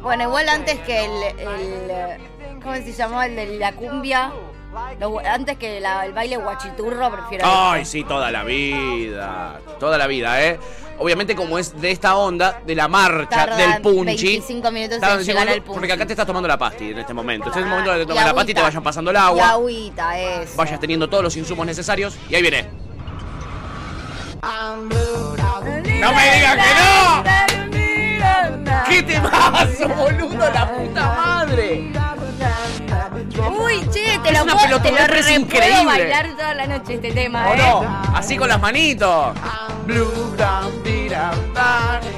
S1: Bueno, igual antes que el, el, eh, ¿Cómo se llamaba? El de la cumbia. Lo- antes que la- el baile guachiturro, prefiero.
S2: Ay, sí, toda la vida. Toda la vida, ¿eh? Obviamente, como es de esta onda, de la marcha,
S1: Tardan
S2: del punchi.
S1: 25 minutos en
S2: tardan
S1: llegar
S2: 25
S1: al punchi.
S2: Porque acá te estás tomando la pasti en este momento. Este es el
S1: Ah,
S2: momento de que
S1: y
S2: tomas la pasti y te
S1: agüita.
S2: vayan pasando el
S1: Y
S2: agua.
S1: agüita, eso.
S2: Vayas teniendo todos los insumos necesarios. Y ahí viene. ¡No me digas que no! ¡Qué temazo, boludo! ¡La puta madre!
S1: Uy, che, te
S2: Es
S1: lo
S2: una
S1: puedo, te lo
S2: pelotudez, pero es
S1: re
S2: increíble.
S1: puedo bailar toda la noche este tema,
S2: ¿O
S1: ¿eh?
S2: no? Así con las manitos.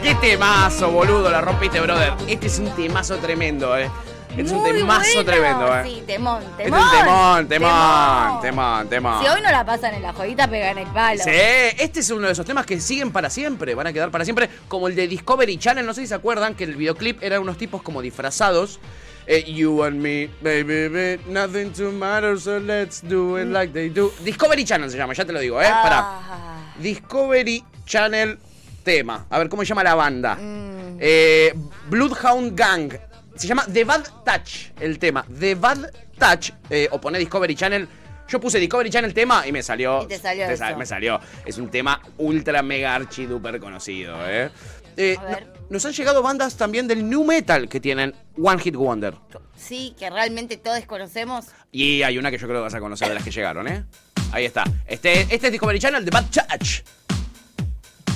S2: ¡Qué temazo, boludo! La rompiste, brother. Este es un temazo tremendo, eh. Este es un
S1: Muy
S2: temazo
S1: bueno.
S2: tremendo, eh.
S1: Sí, temón,
S2: Este es
S1: temón.
S2: un temón, temón, temón, temón.
S1: Si hoy no la pasan en la jodita, pegan el palo.
S2: Sí, este es uno de esos temas que siguen para siempre, van a quedar para siempre, como el de Discovery Channel, no sé si se acuerdan que el videoclip eran unos tipos como disfrazados. eh, You and me, baby, baby, nothing to matter, so let's do it like they do. Discovery Channel se llama, ya te lo digo, ¿eh?
S1: Ah.
S2: Pará. Discovery Channel tema. A ver, ¿cómo se llama la banda?
S1: Mm.
S2: Eh, Bloodhound Gang. Se llama The Bad Touch el tema. The Bad Touch, eh, o pone Discovery Channel. Yo puse Discovery Channel tema y me salió.
S1: Y te salió
S2: sa-
S1: eso.
S2: me salió. Es un tema ultra mega archi duper conocido, ¿eh? Eh,
S1: A ver.
S2: no- nos han llegado bandas también del new metal que tienen One Hit Wonder.
S1: Sí, que realmente todos conocemos.
S2: Y hay una que yo creo que vas a conocer de las que llegaron, ¿eh? Ahí está. Este, este es Discovery Channel de Bad Touch.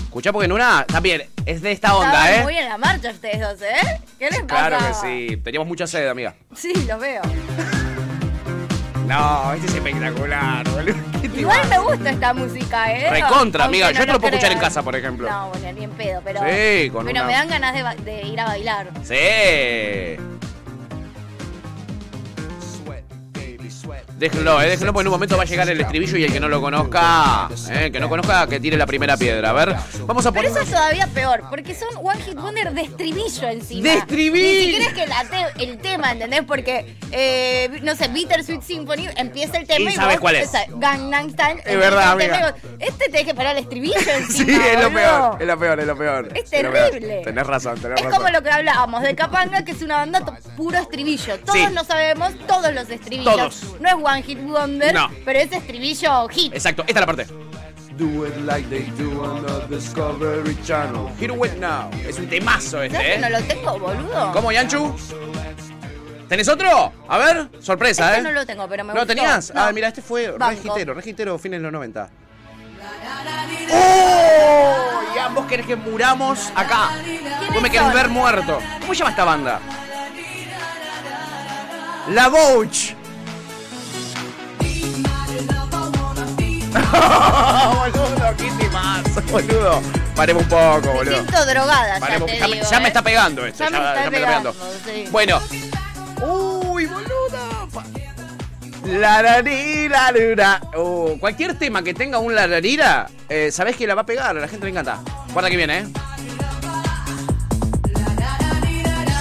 S2: Escuchá porque en una también es de esta onda,
S1: Estaban
S2: ¿eh?
S1: muy en la marcha ustedes dos, ¿eh? ¿Qué les pasa?
S2: Claro que sí. Teníamos mucha sed, amiga.
S1: Sí, lo veo.
S2: No, este es espectacular, boludo. ¿Qué te
S1: Igual
S2: va?
S1: me gusta esta música, ¿eh?
S2: Recontra, amiga.
S1: Aunque
S2: Yo te lo puedo escuchar en
S1: crean.
S2: casa, por ejemplo.
S1: No, bueno, ni en pedo, pero.
S2: Sí, con
S1: Pero
S2: una-
S1: me dan ganas de, ba- de ir a bailar.
S2: Sí. Déjenlo, eh, déjenlo, porque en un momento va a llegar el estribillo y el que no lo conozca, eh, el que no conozca, que tire la primera piedra. A ver, vamos a
S1: Pero
S2: poner.
S1: eso es todavía peor, porque son One Hit Wonder de estribillo encima.
S2: ¡De estribillo!
S1: Ni siquiera es que la te- el tema, ¿entendés? Porque, eh, no sé, Bittersweet Symphony empieza el tema
S2: Y
S1: y,
S2: sabes
S1: vos
S2: cuál es.
S1: empezás, Gangnam Style.
S2: Es verdad,
S1: empieza el
S2: amiga.
S1: tema y vos, Este tenés que parar el estribillo
S2: Sí,
S1: encima,
S2: es lo
S1: boludo.
S2: peor, es lo peor, es lo peor.
S1: Es
S2: lo peor.
S1: terrible.
S2: Tenés razón, tenés
S1: Es
S2: razón.
S1: como lo que hablábamos de Capanga, que es una banda to- puro estribillo. Todos
S2: Sí.
S1: lo sabemos, todos los estribillos.
S2: Todos.
S1: No es One Hit Wonder,
S2: No.
S1: pero es estribillo hit.
S2: Exacto, esta es la parte.
S3: Do it like they do on the Discovery Channel.
S2: Here we now. Es un temazo
S1: ¿Sabes
S2: este,
S1: que no
S2: ¿eh?
S1: lo tengo, boludo?
S2: ¿Cómo, Yanchu? ¿Tenés otro? A ver, sorpresa,
S1: Este
S2: ¿eh?
S1: no lo tengo, pero me
S2: ¿No
S1: gustó.
S2: tenías?
S1: No.
S2: Ah, mira, este fue
S1: Banco.
S2: regitero, regitero fines de los 90. ¡Oh! Y ambos querés que muramos acá. Vos me querés
S1: son?
S2: ver muerto. ¿Cómo se llama esta banda? La Vouch. boludo, qué timazo, boludo. Paremos un poco,
S1: Me
S2: boludo.
S1: siento drogada,
S2: Paremos,
S1: ya te
S2: ya, me-
S1: digo,
S2: ya me
S1: ¿eh?
S2: está pegando esto.
S1: Ya me está pegando, sí.
S2: Bueno. Uy, boluda. Pa- Lararí, larura. Oh, cualquier tema que tenga un lararira, eh, sabés que la va a pegar, a la gente le encanta. Guarda que viene, ¿eh?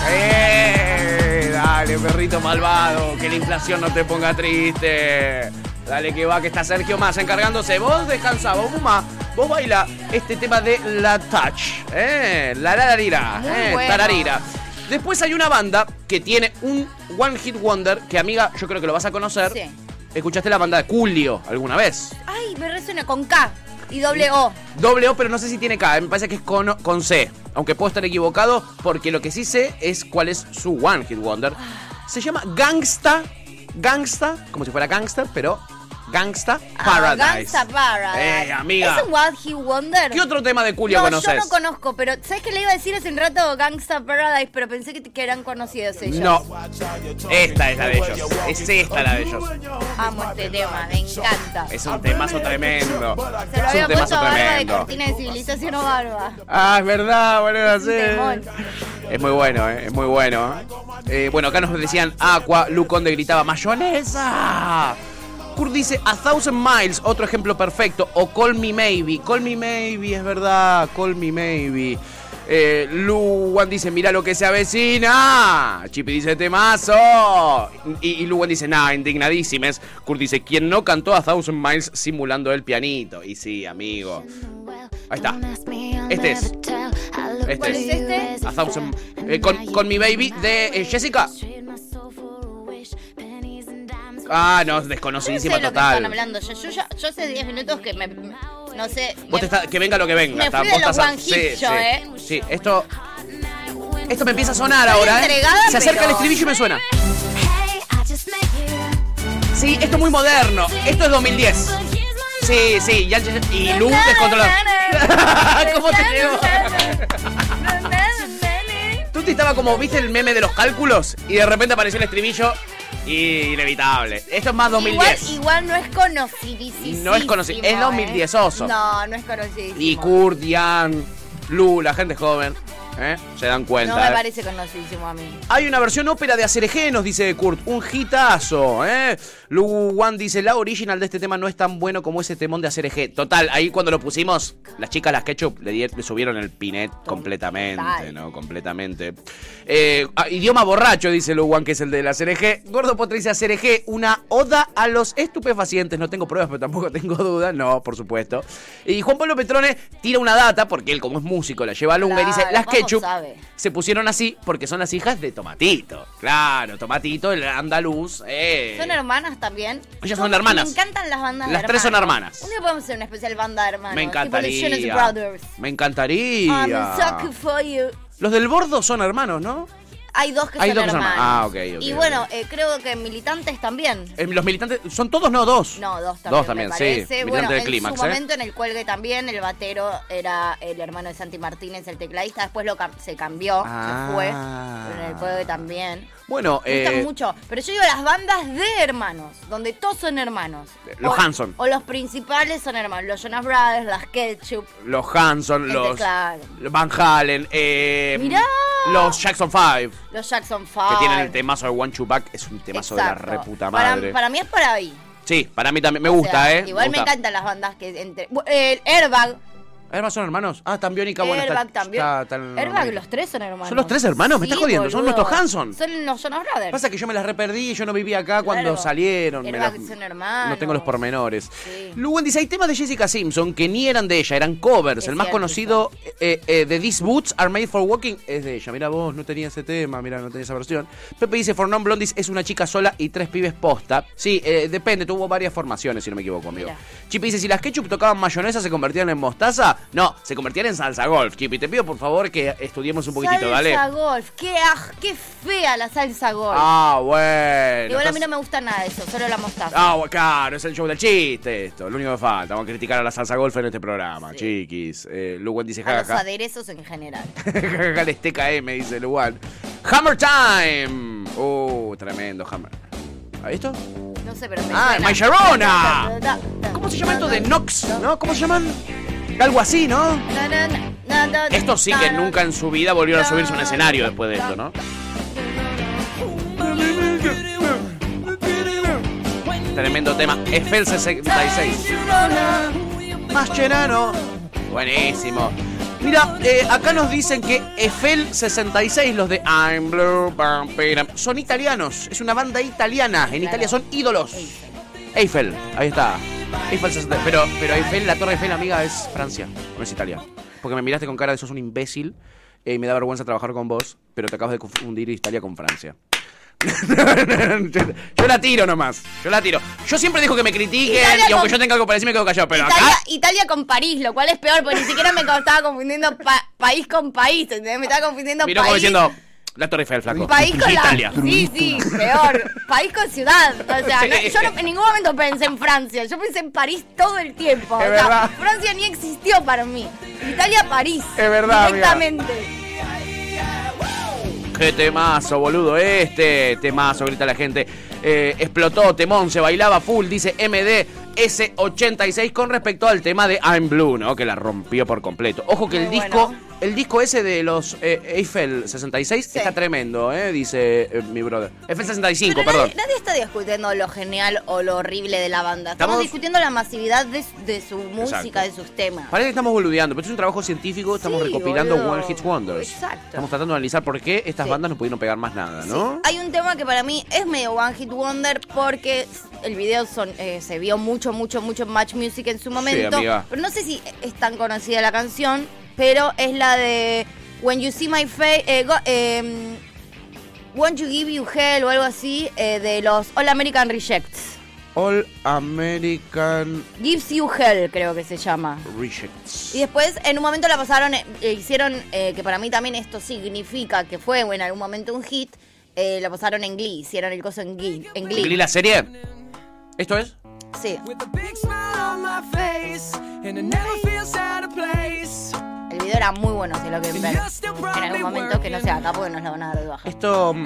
S2: Sí, dale, perrito malvado, que la inflación no te ponga triste. Dale que va, que está Sergio Massa encargándose. Vos descansa, vos fumá, vos baila este tema de La Touch. ¿eh? La lararira,
S1: Muy
S2: ¿eh?
S1: bueno.
S2: tararira. Después hay una banda que tiene un One Hit Wonder, que amiga, yo creo que lo vas a conocer.
S1: Sí.
S2: ¿Escuchaste la banda de Julio alguna vez?
S1: Ay, me resuena con K y doble O.
S2: Doble O, pero no sé si tiene K. eh, Me parece que es con, con C. Aunque puedo estar equivocado, porque lo que sí sé es cuál es su One Hit Wonder. Se llama Gangsta. Gangsta, como si fuera gangster, pero Gangsta
S1: Ah,
S2: Paradise.
S1: Gangsta Paradise.
S2: Eh, amiga.
S1: ¿Es un What He Wonder?
S2: ¿Qué otro tema de Julio
S1: no,
S2: conoces?
S1: yo no conozco, pero ¿sabes qué le iba a decir hace un rato Gangsta Paradise? Pero pensé que, que eran conocidos ellos.
S2: No. Esta es la de ellos. Es esta la de ellos.
S1: Amo este tema, me encanta.
S2: Es un temazo tremendo.
S1: Se lo
S2: es un
S1: había puesto
S2: temazo
S1: a barba de
S2: tremendo.
S1: cortina de civilización o barba.
S2: Ah, es verdad, boludo,
S1: un temón.
S2: sí. Es muy bueno, eh, es muy bueno. eh. Eh, bueno, acá nos decían Aqua, Luconde gritaba mayonesa. Kurt dice A Thousand Miles, otro ejemplo perfecto. O Call Me Maybe. Call Me Maybe, es verdad. Call Me Maybe. Eh, Luwan dice, mira lo que se avecina. Chipi dice, temazo. Y, y Luwan dice, nah, indignadísimes. Kurt dice, quien no cantó a Thousand Miles simulando el pianito. Y sí, amigo. Ahí está. Este es. Este
S1: ¿Cuál es este?
S2: A Thousand. eh, con, con mi baby de eh, Jessica. Ah, no,
S1: Yo no sé
S2: desconocidísima
S1: lo que están
S2: total.
S1: hablando. Yo, yo, ya- yo hace 10 minutos que me. No sé.
S2: Vos
S1: me-
S2: te estás- que venga lo que venga.
S1: Me
S2: está-
S1: fui
S2: vos
S1: de los
S2: estás a-
S1: One Hit yo,
S2: sí.
S1: ¿eh?
S2: Sí, esto. Esto me empieza a sonar ahora, ¿eh?
S1: entregada,
S2: Se acerca
S1: pero-
S2: el estribillo y me suena. Sí, esto es muy moderno. Esto es 2010. Sí, sí, ya, ya- y Lu descontrolada. ¿Cómo te quedó? Tuti estaba como, ¿viste el meme de los cálculos? Y de repente apareció el estribillo. y- Inevitable. Esto es más 2010.
S1: Igual, igual no es conocidísimo.
S2: No es conoci- es
S1: ¿eh?
S2: 2010 oso.
S1: No, no es conocidísimo.
S2: Y Kurt, Ian, Lu, la gente joven, ¿eh? se dan cuenta.
S1: No me
S2: ¿eh?
S1: parece conocidísimo a mí.
S2: Hay una versión ópera de Acereje, nos dice Kurt. Un hitazo, ¿eh? Lu Wan dice, la original de este tema no es tan bueno como ese temón de hacer eje. Total, ahí cuando lo pusimos, las chicas, las ketchup, le, di- le subieron el pinet completamente,
S1: Total.
S2: ¿no? Completamente. Eh, ah, idioma borracho, dice Lu Wan, que es el de la cereje. Gordo Potre dice cereje, una oda a los estupefacientes. No tengo pruebas, pero tampoco tengo duda. No, por supuesto. Y Juan Pablo Petrone tira una data, porque él, como es músico, la lleva a Lunga y dice,
S1: Claro,
S2: las
S1: ¿cómo
S2: ketchup
S1: sabe?
S2: se pusieron así porque son las hijas de Tomatito. Claro, Tomatito, el andaluz. eh.
S1: ¿Son hermanas también?
S2: Ellas
S1: Yo-
S2: son hermanas.
S1: Me encantan las bandas de
S2: Las tres son hermanas.
S1: Un día podemos hacer una especial banda de hermanos.
S2: Me
S1: Tipo The Jonas
S2: encantaría.
S1: Brothers.
S2: Me
S1: I'm a
S2: encantaría.
S1: sucker for you.
S2: Los del bordo son hermanos, ¿no?
S1: Hay dos que
S2: Hay
S1: son
S2: dos que son
S1: hermanos.
S2: hermanas. Ah, ok, ok,
S1: Y
S2: ok.
S1: bueno, eh, creo que militantes también.
S2: Eh, Los militantes. ¿Son todos? No, dos.
S1: No, dos también.
S2: Dos también,
S1: me
S2: sí.
S1: parece.
S2: Militante
S1: Bueno,
S2: de
S1: en
S2: Clímax,
S1: su
S2: ¿eh?
S1: momento en el cuelgue también el batero era el hermano de Santi Martínez, el tecladista. Después lo cam- se cambió,
S2: Ah.
S1: se fue. Pero en el cuelgue también.
S2: Bueno,
S1: Me gustan
S2: eh,
S1: mucho. Pero yo digo las bandas de hermanos, donde todos son hermanos.
S2: Los
S1: O-
S2: Hanson.
S1: O los principales son hermanos. Los Jonas Brothers, las Ketchup.
S2: los Hanson,
S1: Este,
S2: los
S1: claro.
S2: Van Halen, eh,
S1: Mirá.
S2: los Jackson 5,
S1: Los Jackson Five.
S2: que tienen el temazo de One Chupac, es un temazo
S1: Exacto.
S2: de la reputa
S1: Para-
S2: madre.
S1: Para, mí es para ahí.
S2: Sí, para mí también me
S1: O
S2: gusta,
S1: sea,
S2: ¿eh?
S1: Igual me,
S2: gusta.
S1: encantan las bandas que entre. bu- El Airbag.
S2: Además son hermanos. Ah, tan biónica, bueno, está-
S1: Airbag también.
S2: está tan-
S1: Airbag, los tres son hermanos.
S2: ¿Son los tres hermanos? Me estás jodiendo, son
S1: boludo.
S2: nuestros Hanson.
S1: Son los Jonas Brothers.
S2: Pasa que yo me las reperdí, yo no vivía acá cuando
S1: Claro.
S2: salieron. me
S1: Airbag
S2: las-
S1: son hermanos.
S2: No tengo los pormenores.
S1: Sí.
S2: Luwen dice, hay temas de Jessica Simpson que ni eran de ella, eran covers.
S1: Es
S2: el más
S1: cierto,
S2: conocido eh, eh, de These Boots Are Made for Walking es de ella. Mira vos, no tenía ese tema, mira, no tenía esa versión. Pepe dice, For Non Blondies es una chica sola y tres pibes posta. Sí, eh, depende, tuvo varias formaciones, si no me equivoco, amigo.
S1: Mira.
S2: Chipi dice, si las ketchup tocaban mayonesa, ¿se convertían en mostaza? No, se convertían en salsa golf. Chipi, te pido por favor que estudiemos un poquitito,
S1: salsa
S2: dale.
S1: golf. Qué, aj- qué fea la salsa golf.
S2: Ah, bueno.
S1: Igual a mí
S2: estás-
S1: no me gusta nada de eso, solo la mostaza.
S2: Ah, bueno, claro, es el show del chiste esto. Lo único que falta. Vamos a criticar a la salsa golf en este programa, chiquis. Eh, Luwan dice
S1: a los
S2: jajaja.
S1: aderezos en general.
S2: Jajaja, les TKM, dice Luwan. Hammer time. Uh, tremendo hammer. ¿Ah, ¿Esto?
S1: No sé, pero me
S2: Ah,
S1: suena.
S2: My Sharona. ¿Cómo se llama esto de Nox? ¿No? ¿Cómo se llaman? Algo así, ¿no?
S1: Na, na, na, na, na,
S2: Estos sí que
S1: na,
S2: nunca en su vida volvieron a subirse a un escenario después de esto, ¿no? Tremendo tema. Eiffel 66. Más llenano. Buenísimo. Mira, eh, acá nos dicen que Eiffel 66, los de I'm Blue, bam, piram, son italianos. Es una banda italiana. En Italia son ídolos. Eiffel, ahí está. Eiffel 66. Pero, pero Eiffel, la Torre Eiffel, amiga, es Francia, no es Italia. Porque me miraste con cara de sos un imbécil eh, y me da vergüenza trabajar con vos, pero te acabas de confundir Italia con Francia. yo, yo la tiro nomás, yo la tiro. Yo siempre digo que me critiquen
S1: Italia
S2: y aunque
S1: con-
S2: yo tenga algo para decir me quedo callado, pero
S1: Italia,
S2: acá...
S1: Italia con París, lo cual es peor, porque ni siquiera me estaba confundiendo pa- país con país, ¿entendés? Me estaba confundiendo
S2: Miró como
S1: país.
S2: diciendo, la Torre Eiffel, flaco.
S1: País con la-
S2: Italia.
S1: Sí, sí, peor. País con ciudad. O sea,
S2: Sí.
S1: no- yo no- en ningún momento pensé en Francia. Yo pensé en París todo el tiempo. O
S2: Es
S1: sea,
S2: verdad.
S1: Francia ni existió para mí. Italia, París.
S2: Es verdad, amiga.
S1: Directamente.
S2: Qué temazo, boludo, este temazo, grita la gente. Eh, explotó, temón, se bailaba full, dice MD S86 con respecto al tema de I'm Blue, ¿no? Que la rompió por completo. Ojo que el
S1: Muy
S2: disco,
S1: bueno.
S2: el disco ese de los eh, Eiffel 66
S1: Sí.
S2: está tremendo, ¿eh? Dice eh, mi brother. Eiffel 65,
S1: Pero
S2: perdón.
S1: nadie, nadie está discutiendo lo genial o lo horrible de la banda. Estamos,
S2: Estamos-
S1: discutiendo la masividad de, su- de su música,
S2: Exacto.
S1: de sus temas.
S2: Parece que estamos boludeando, pero es un trabajo científico, estamos
S1: Sí,
S2: recopilando
S1: boludo.
S2: One Hit Wonders.
S1: Exacto.
S2: Estamos tratando de analizar por qué estas
S1: Sí.
S2: bandas no pudieron pegar más nada, ¿no?
S1: Sí, hay un tema que para mí es medio One Hit Wonder porque el video son, eh, se vio mucho, mucho, mucho en Match Music en su momento.
S2: amiga.
S1: Pero no sé si es tan conocida la canción, pero es la de When You See My Face, eh, go- em, Won't You Give You Hell o algo así, eh, de los All American Rejects.
S2: All American
S1: Gives You Hell creo que se llama.
S2: Rejects.
S1: Y después en un momento la pasaron, eh, eh, hicieron, eh, que para mí también esto significa que fue en algún momento un hit, eh, la pasaron en Glee, hicieron el coso en Glee. En Glee.
S2: ¿Y la serie? ¿Esto es?
S1: Sí,
S4: With a big smile on my face, and I never feels out of place.
S1: el video era muy bueno, si lo quieren ver. En algún momento que no sea acá porque nos la van a dar de baja.
S2: Esto. mm,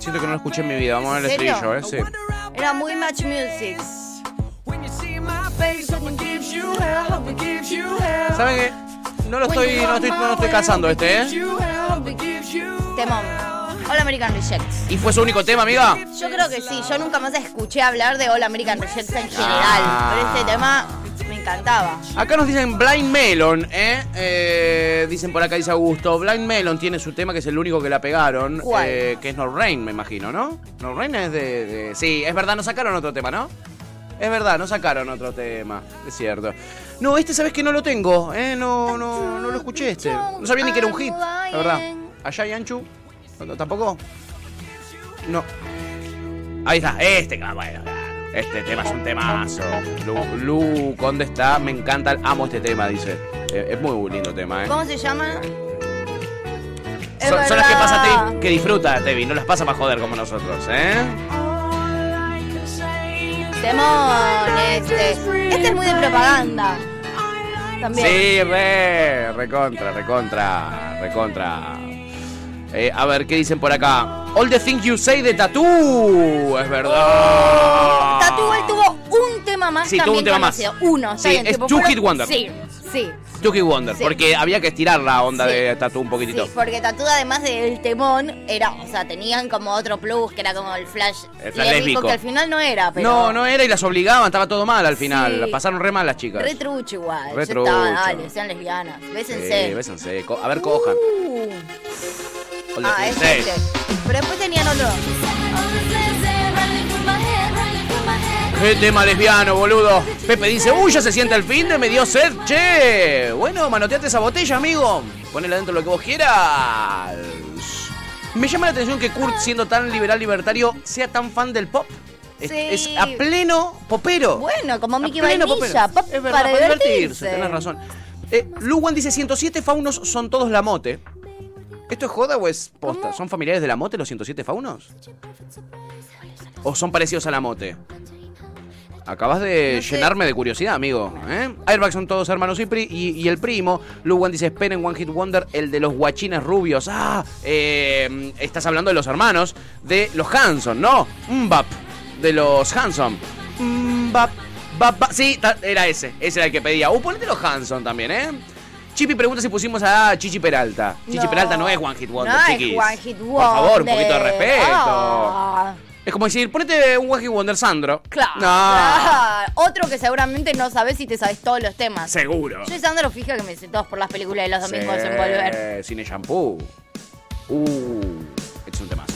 S2: Siento que no lo escuché en mi vida. Vamos a ver el
S1: ¿En serio?
S2: estribillo, ¿eh? Sí.
S1: Era muy Match Music.
S4: When you see my face, hope it gives you hell, hope it gives you hell.
S2: ¿Saben qué? No lo estoy, no lo estoy, no lo estoy cazando este, ¿eh?
S4: You hell, hope it gives you
S1: Temón.
S4: hell.
S1: All American Rejects.
S2: ¿Y fue su único tema, amiga?
S1: Yo creo que sí, yo nunca más escuché hablar de All American Rejects en general,
S2: Ah.
S1: pero este tema me encantaba.
S2: Acá nos dicen Blind Melon, ¿eh? Eh, Dicen por acá, dice Augusto. Blind Melon tiene su tema que es el único que la pegaron.
S1: ¿Cuál?
S2: eh, que es No Rain, me imagino, ¿no? No Rain es de, de- Sí, es verdad, no sacaron otro tema, ¿no? Es verdad, no sacaron otro tema. Es cierto. No, este sabes que no lo tengo, ¿eh? No, no, no lo escuché este. No sabía ni que era un hit, la verdad. Allá y Anchu. ¿No- ¿Tampoco? No. Ahí está, este, ah, bueno, este tema es un temazo. Lu, Lu, ¿dónde está? Me encanta, amo este tema, dice. Eh, es muy lindo tema, ¿eh?
S1: ¿Cómo se llama? Es
S2: Son, son las que
S1: verdad.
S2: pasa Tevi, que disfruta Tevi, no las pasa para joder como nosotros, ¿eh?
S1: Temón este. Este es muy de propaganda. También.
S2: Sí, re, recontra, recontra, recontra. Eh, a ver, ¿qué dicen por acá? All the things you say de Tatú, es verdad.
S1: Tatu él tuvo un tema más
S2: Sí, tuvo
S1: también
S2: un tema más.
S1: conocido. Uno, está
S2: Sí,
S1: bien,
S2: es
S1: tipo,
S2: Two
S1: fueron-
S2: Hit Wonder.
S1: Sí, sí.
S2: Tuki Wonder,
S1: Sí.
S2: porque había que estirar la onda
S1: Sí.
S2: de Tatú un poquitito.
S1: Sí, porque Tatu además del temón era, o sea, tenían como otro plus que era como el flash,
S2: El flash
S1: lésbico,
S2: lésbico.
S1: que al final no era, pero
S2: No, no era y las obligaban, estaba todo mal al final.
S1: Sí.
S2: La Pasaron re mal las chicas.
S1: re trucho igual.
S2: Re
S1: Yo estaba,
S2: trucho.
S1: dale, sean lesbianas. Bésense.
S2: Sí, bésense. Co- A ver, cojan.
S1: Uh.
S2: All the
S1: Ah,
S2: things
S1: es
S2: they-
S1: este. Pero después tenían otro.
S2: Qué tema lesbiano, boludo. Pepe dice, uy, ya se siente el fin de me dio sed. Che, bueno, manoteate esa botella, amigo. Ponela dentro lo que vos quieras. Me llama la atención que Kurt, siendo tan liberal libertario, sea tan fan del pop. Es, es
S1: Sí.
S2: a pleno popero.
S1: Bueno, como
S2: A
S1: Mickey
S2: pleno
S1: Vainilla,
S2: popero.
S1: pop
S2: es verdad,
S1: para divertirse.
S2: Tenés razón. Eh, Luwan dice, 107 faunos son todos la mote. ¿Esto es joda o es posta? ¿Son familiares de la mote los 107 faunos? ¿O son parecidos a la mote? Acabas de
S1: No sé.
S2: llenarme de curiosidad, amigo. ¿eh? Airbag son todos hermanos y, pri- y, y el primo. Luwan dice, esperen One Hit Wonder, el de los guachines rubios. Ah, eh, estás hablando de los hermanos de los Hanson, ¿no? Mbap, de los Hanson. Mbap, bap, bap. Sí, ta- era ese. Ese era el que pedía. Uh, ponete los Hanson también, ¿eh? Chipi pregunta si pusimos a Chichi Peralta. Chichi
S1: No.
S2: Peralta no es One Hit Wonder,
S1: No es
S2: chiquis.
S1: One Hit Wonder.
S2: Por favor, un poquito de respeto.
S1: Ah,
S2: Es como decir, ponete un One Hit Wonder Sandro.
S1: claro.
S2: No.
S1: Claro. Otro que seguramente no sabes si te sabes todos los temas.
S2: Seguro.
S1: Yo y Sandro fija que me sé todos por las películas de los domingos en volver.
S2: Sí, Cine shampoo. Uh, este es un temazo.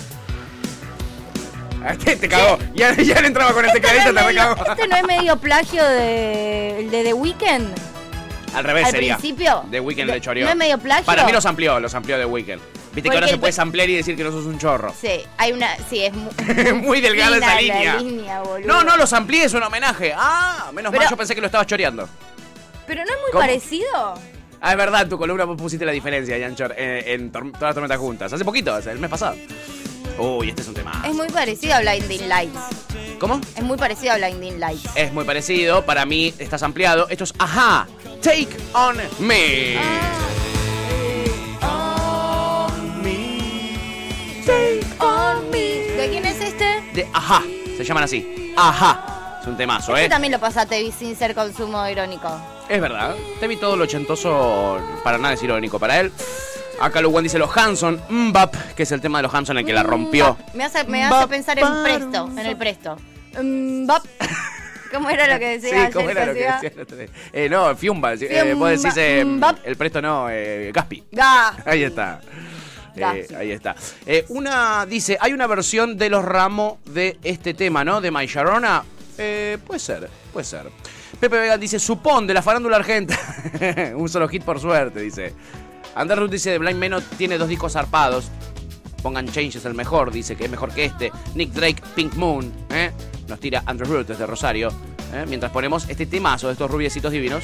S2: Este te cagó. Ya, ya le entraba con este clarito,
S1: Este no
S2: te
S1: es medio-
S2: recagó.
S1: este no es medio plagio de, el de The Weeknd.
S2: Al revés
S1: Al
S2: sería.
S1: principio,
S2: De Weekend
S1: de-
S2: le choreó.
S1: ¿no es medio plagio?
S2: Para mí los amplió, los amplió de Weekend. Viste que
S1: Porque
S2: ahora se
S1: el-
S2: puede ampliar y decir que no sos un chorro.
S1: Sí, hay una. Sí, es muy,
S2: Muy delgada esa
S1: fina la
S2: línea.
S1: boludo.
S2: No, no, los amplié, es un homenaje. Ah, menos mal,
S1: Pero-
S2: yo pensé que lo estabas choreando.
S1: Pero no es muy
S2: ¿Cómo?
S1: parecido.
S2: Ah, es verdad, en tu columna vos pusiste la diferencia, Yanchor, eh, en, tor- todas las tormentas juntas. Hace poquito, el mes pasado. Uy, este es un tema.
S1: Es muy parecido a Blinding Lights.
S2: ¿Cómo?
S1: Es muy parecido a Blinding Lights.
S2: Es muy parecido, para mí estás ampliado. Esto es Ajá, Take on Me.
S1: ¿De quién es este?
S2: De Ajá, se llaman así. Ajá, es un temazo,
S1: Este
S2: ¿eh?
S1: también lo pasa a TV sin ser consumo irónico.
S2: Es verdad. Te vi todo lo ochentoso, para nada es irónico para él. Acá Luwan dice los Hanson, Mbap, que es el tema de los Hanson en que la rompió.
S1: Me hace, me hace pensar en Presto, en el Presto. Mm, bop. ¿Cómo era lo que decía?
S2: Sí, ¿cómo
S1: ayer
S2: era lo que
S1: hacía?
S2: decía el otro día? Eh, no, Fiumba. eh,
S1: Fiumba,
S2: vos decís eh,
S1: Mbap.
S2: el presto no, eh, Gaspi.
S1: Ga.
S2: Ahí está. Eh,
S1: Gaspi.
S2: ahí está. Eh, una dice, hay una versión de los ramos de este tema, ¿no? De My Sharona. Eh, puede ser, puede ser. Pepe Vegan dice, supón de la farándula argenta. Un solo hit por suerte, dice. Andar Ruth dice, Blind Meno tiene dos discos zarpados. Pongan Change es el mejor, dice que es mejor que este. Nick Drake, Pink Moon, ¿eh? Nos tira Andrew Root desde Rosario. ¿eh? Mientras ponemos este temazo de estos rubiecitos divinos.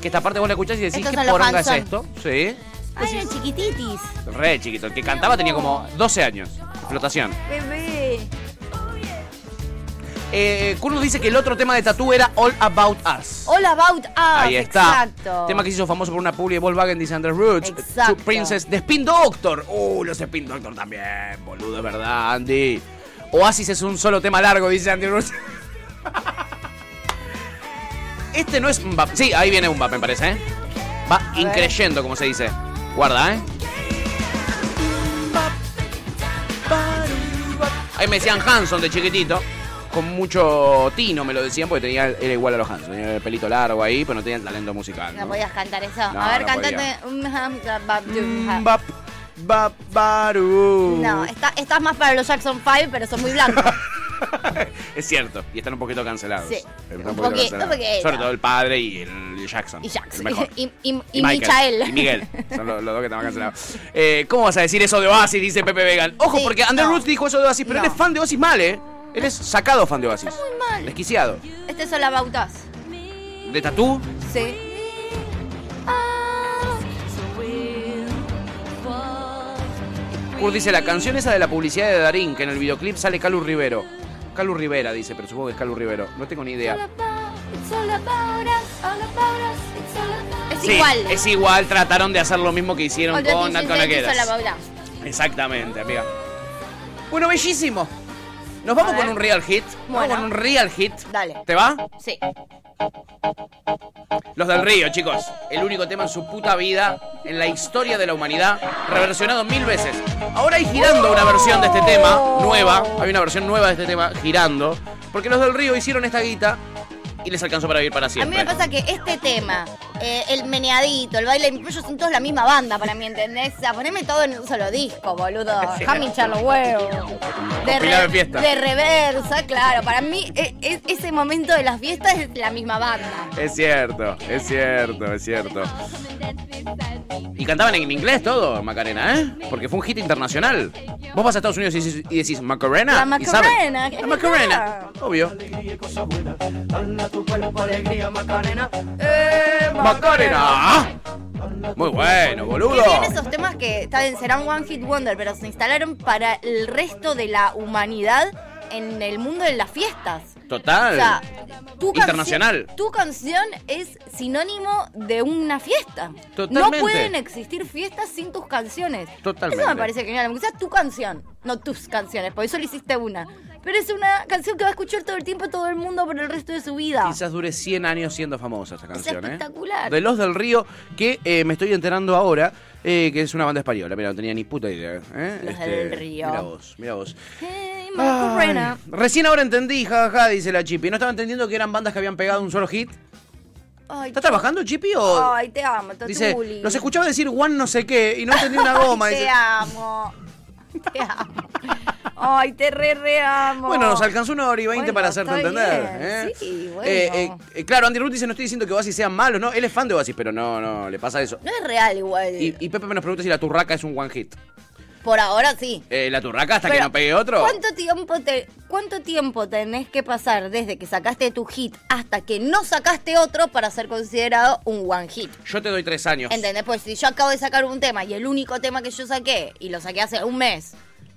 S2: Que esta parte vos la escuchás y decís,
S1: Estos
S2: ¿qué
S1: son los
S2: poronga es
S1: Hanson.
S2: esto? Sí.
S1: Ay, eran chiquititis.
S2: Re chiquito. El que cantaba tenía como 12 años. Flotación.
S1: Bebé.
S2: Eh, Kurt nos dice que el otro tema de Tatú era All About Us.
S1: All About Us.
S2: Ahí está.
S1: Oh, Exacto.
S2: Tema que se hizo famoso por una publi de Volkswagen, dice Andrew Roots.
S1: Exacto.
S2: Two Princess, The Spin Doctor. Uh, los Spin Doctor también, boludo, es verdad, Andy. Oasis es un solo tema largo, dice Andy Roots. este no es Mbap. Sí, ahí viene Mbap, me parece, ¿eh? Va increyendo, como se dice. Guarda, ¿eh? Ahí me decían Hanson de chiquitito. Con mucho tino me lo decían porque tenía, era igual a los Hanson. Tenía el pelito largo ahí, pero no tenía el talento musical.
S1: No
S2: ¿no?
S1: podías cantar eso.
S2: No,
S1: a ver,
S2: no
S1: cantate. un-
S2: Mm, bap, bap, baru.
S1: No, está- estás más para los Jackson 5, pero son muy blancos.
S2: Es cierto, y están un poquito cancelados.
S1: Sí.
S2: Están
S1: Un poquito, un poquito.
S2: Sobre todo el padre y el Jackson.
S1: Y
S2: el
S1: Jackson.
S2: mejor.
S1: Y, y,
S2: Michael,
S1: y Michael.
S2: Y Miguel. Son los, los dos que están más cancelados. Eh, ¿Cómo vas a decir eso de Oasis? Dice Pepe Vegan. Ojo,
S1: Sí,
S2: porque Andrew
S1: no.
S2: Roots dijo eso de Oasis, pero
S1: No.
S2: él es fan de Oasis mal, ¿eh? Él es sacado fan de Oasis.
S1: Está muy mal.
S2: Desquiciado.
S1: Este es la bautas.
S2: De tatú,
S1: Sí.
S2: Kurt dice la canción esa de la publicidad de Darín, que en el videoclip sale Calu Rivero. Calu Rivera dice, pero supongo que es Calu Rivero. No tengo ni idea.
S1: Es
S2: Sí,
S1: igual.
S2: Es igual, trataron de hacer lo mismo que hicieron
S1: Otra
S2: con
S1: DJ
S2: Nat
S1: Thank
S2: Conagueras.
S1: hizo la bautas.
S2: Exactamente, amiga. Bueno, bellísimo. Nos vamos
S1: A
S2: con
S1: ver.
S2: un real hit. Vamos
S1: Bueno.
S2: con un real hit.
S1: Dale.
S2: ¿Te va?
S1: Sí.
S2: Los del Río, chicos. El único tema en su puta vida, en la historia de la humanidad, reversionado mil veces. Ahora hay girando una versión de este tema, nueva. Hay una versión nueva de este tema, girando. Porque los del Río hicieron esta guita y les alcanzó para vivir para
S1: A mí
S2: siempre.
S1: me pasa que este tema, eh, el meneadito, el baile, incluso son todos la misma banda para mí, ¿entendés? O sea, poneme todo en un solo disco, boludo.
S2: Sí.
S1: Déjame hinchar los huevos. De,
S2: Compilado de fiesta.
S1: de reversa, claro. Para mí, e- e- ese momento de las fiestas es la misma banda.
S2: Es cierto, es cierto, es cierto. Y cantaban en inglés todo, Macarena, ¿eh? Porque fue un hit internacional. Vos vas a Estados Unidos y decís, y decís, Macarena.
S1: La
S2: y saben.
S1: Macarena,
S2: La Macarena. Obvio.
S3: Alegría y cosas buenas. Dale tu cuerpo alegría, Macarena.
S1: Eh,
S2: Macarena. Muy bueno,
S1: Que
S2: boludo.
S1: bien esos temas que está bien, serán One Hit Wonder, pero se instalaron para el resto de la humanidad en el mundo de las fiestas.
S2: Total.
S1: O sea, tu canci-
S2: Internacional.
S1: tu canción es sinónimo de una fiesta.
S2: Totalmente.
S1: No pueden existir fiestas sin tus canciones.
S2: Totalmente.
S1: Eso me parece genial, aunque sea tu canción, no tus canciones, porque solo hiciste una. Pero es una canción que va a escuchar todo el tiempo todo el mundo por el resto de su vida.
S2: Quizás dure 100 años siendo famosa esta canción, ¿eh?
S1: espectacular.
S2: De Los del Río, que eh, me estoy enterando ahora eh, que es una banda española. Mira, no tenía ni puta idea. ¿eh?
S1: Los del Río.
S2: Mira vos, mira vos.
S1: Hey,
S2: Ay,
S1: Macarena.
S2: recién ahora entendí, jajaja, dice la Chippy. No estaba entendiendo que eran bandas que habían pegado un solo hit.
S1: Ay,
S2: ¿Estás trabajando, Chippy? O...
S1: Ay, te amo, Totuli.
S2: dice, los escuchaba decir Juan no sé qué y no entendí una goma.
S1: Ay,
S2: dice.
S1: te amo. Te amo. Ay, te re, re amo.
S2: Bueno, nos alcanzó una hora y veinte
S1: Bueno,
S2: para hacernos
S1: está
S2: entender.
S1: bien.
S2: ¿eh?
S1: Sí, bueno.
S2: Eh, eh, eh, claro, Andy Ruth dice, no estoy diciendo que Oasis sean malos, ¿no? Él es fan de Oasis, pero no, no, le pasa eso.
S1: No es real igual.
S2: Y, y Pepe me nos pregunta si la turraca es un one hit.
S1: Por ahora sí.
S2: Eh, la turraca hasta que
S1: Pero,
S2: no pegue otro.
S1: ¿cuánto tiempo, te, ¿Cuánto tiempo tenés que pasar desde que sacaste tu hit hasta que no sacaste otro para ser considerado un one hit?
S2: Yo te doy tres años.
S1: ¿Entendés? Pues si yo acabo de sacar un tema y el único tema que yo saqué y lo saqué hace un mes,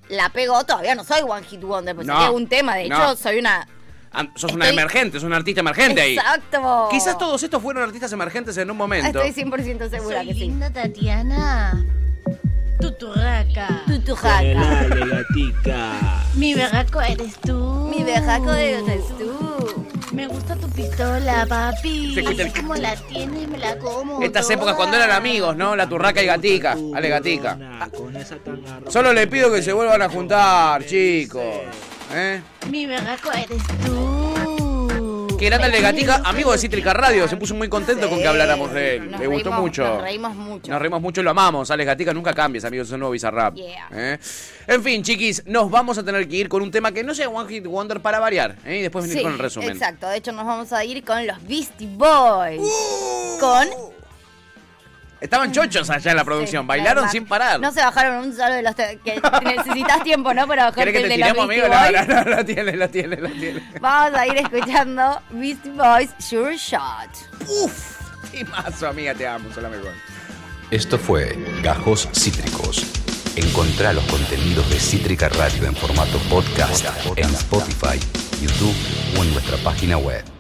S1: la pego todavía no soy one hit wonder, pues
S2: No,
S1: saqué un tema, de
S2: no.
S1: hecho soy una...
S2: Ah, sos una
S1: Estoy-
S2: emergente, sos un artista emergente ahí.
S1: Exacto.
S2: Quizás todos estos fueron artistas emergentes en un momento.
S1: Estoy 100% segura
S9: Soy
S1: que sí.
S9: linda Tatiana. Tuturraca.
S1: Tutujaca.
S9: Mi berraco eres tú.
S1: Mi bejaco de eres tú.
S9: Me gusta tu pistola, papi.
S2: Se escucha el-
S9: Así como la tienes, me la como.
S2: Estas
S9: toda.
S2: épocas cuando eran amigos, ¿no? La turraca y gatica. Ale gatica. Ah. Solo le pido que se vuelvan a juntar, chicos. ¿Eh?
S9: Mi berraco eres tú.
S2: Que era tal de Gatica,
S9: Eres
S2: amigo de
S9: tú.
S2: Cítrica Radio, se puso muy contento con que habláramos de él.
S1: Nos
S2: Le gustó
S1: reímos-
S2: mucho.
S1: Nos reímos mucho.
S2: Nos reímos mucho y lo amamos. Alex Gatica, nunca cambies, amigos, es un nuevo Bizarrap.
S1: Yeah.
S2: ¿eh? En fin, chiquis, nos vamos a tener que ir con un tema que no sea One Hit Wonder para variar. ¿eh? Y después venir
S1: Sí,
S2: con el resumen.
S1: Exacto. De hecho, nos vamos a ir con los Beastie Boys.
S2: Uh.
S1: Con.
S2: Estaban chochos allá en la producción,
S1: Sí,
S2: bailaron
S1: claro,
S2: sin parar.
S1: No se bajaron un solo de los. te- que necesitas tiempo, ¿no? Para bajarte
S2: ¿Querés que te
S1: el de
S2: tiremos,
S1: los Beastie
S2: amigo? No,
S1: Boys.
S2: no, no, la tiene, la tiene, la tiene.
S1: Vamos a ir escuchando Beastie Boys Sure Shot.
S2: Uf, timazo, amiga, te amo, soy la mejor.
S7: Esto fue Gajos Cítricos. Encontrá los contenidos de Cítrica Radio en formato podcast en Spotify, YouTube o en nuestra página web.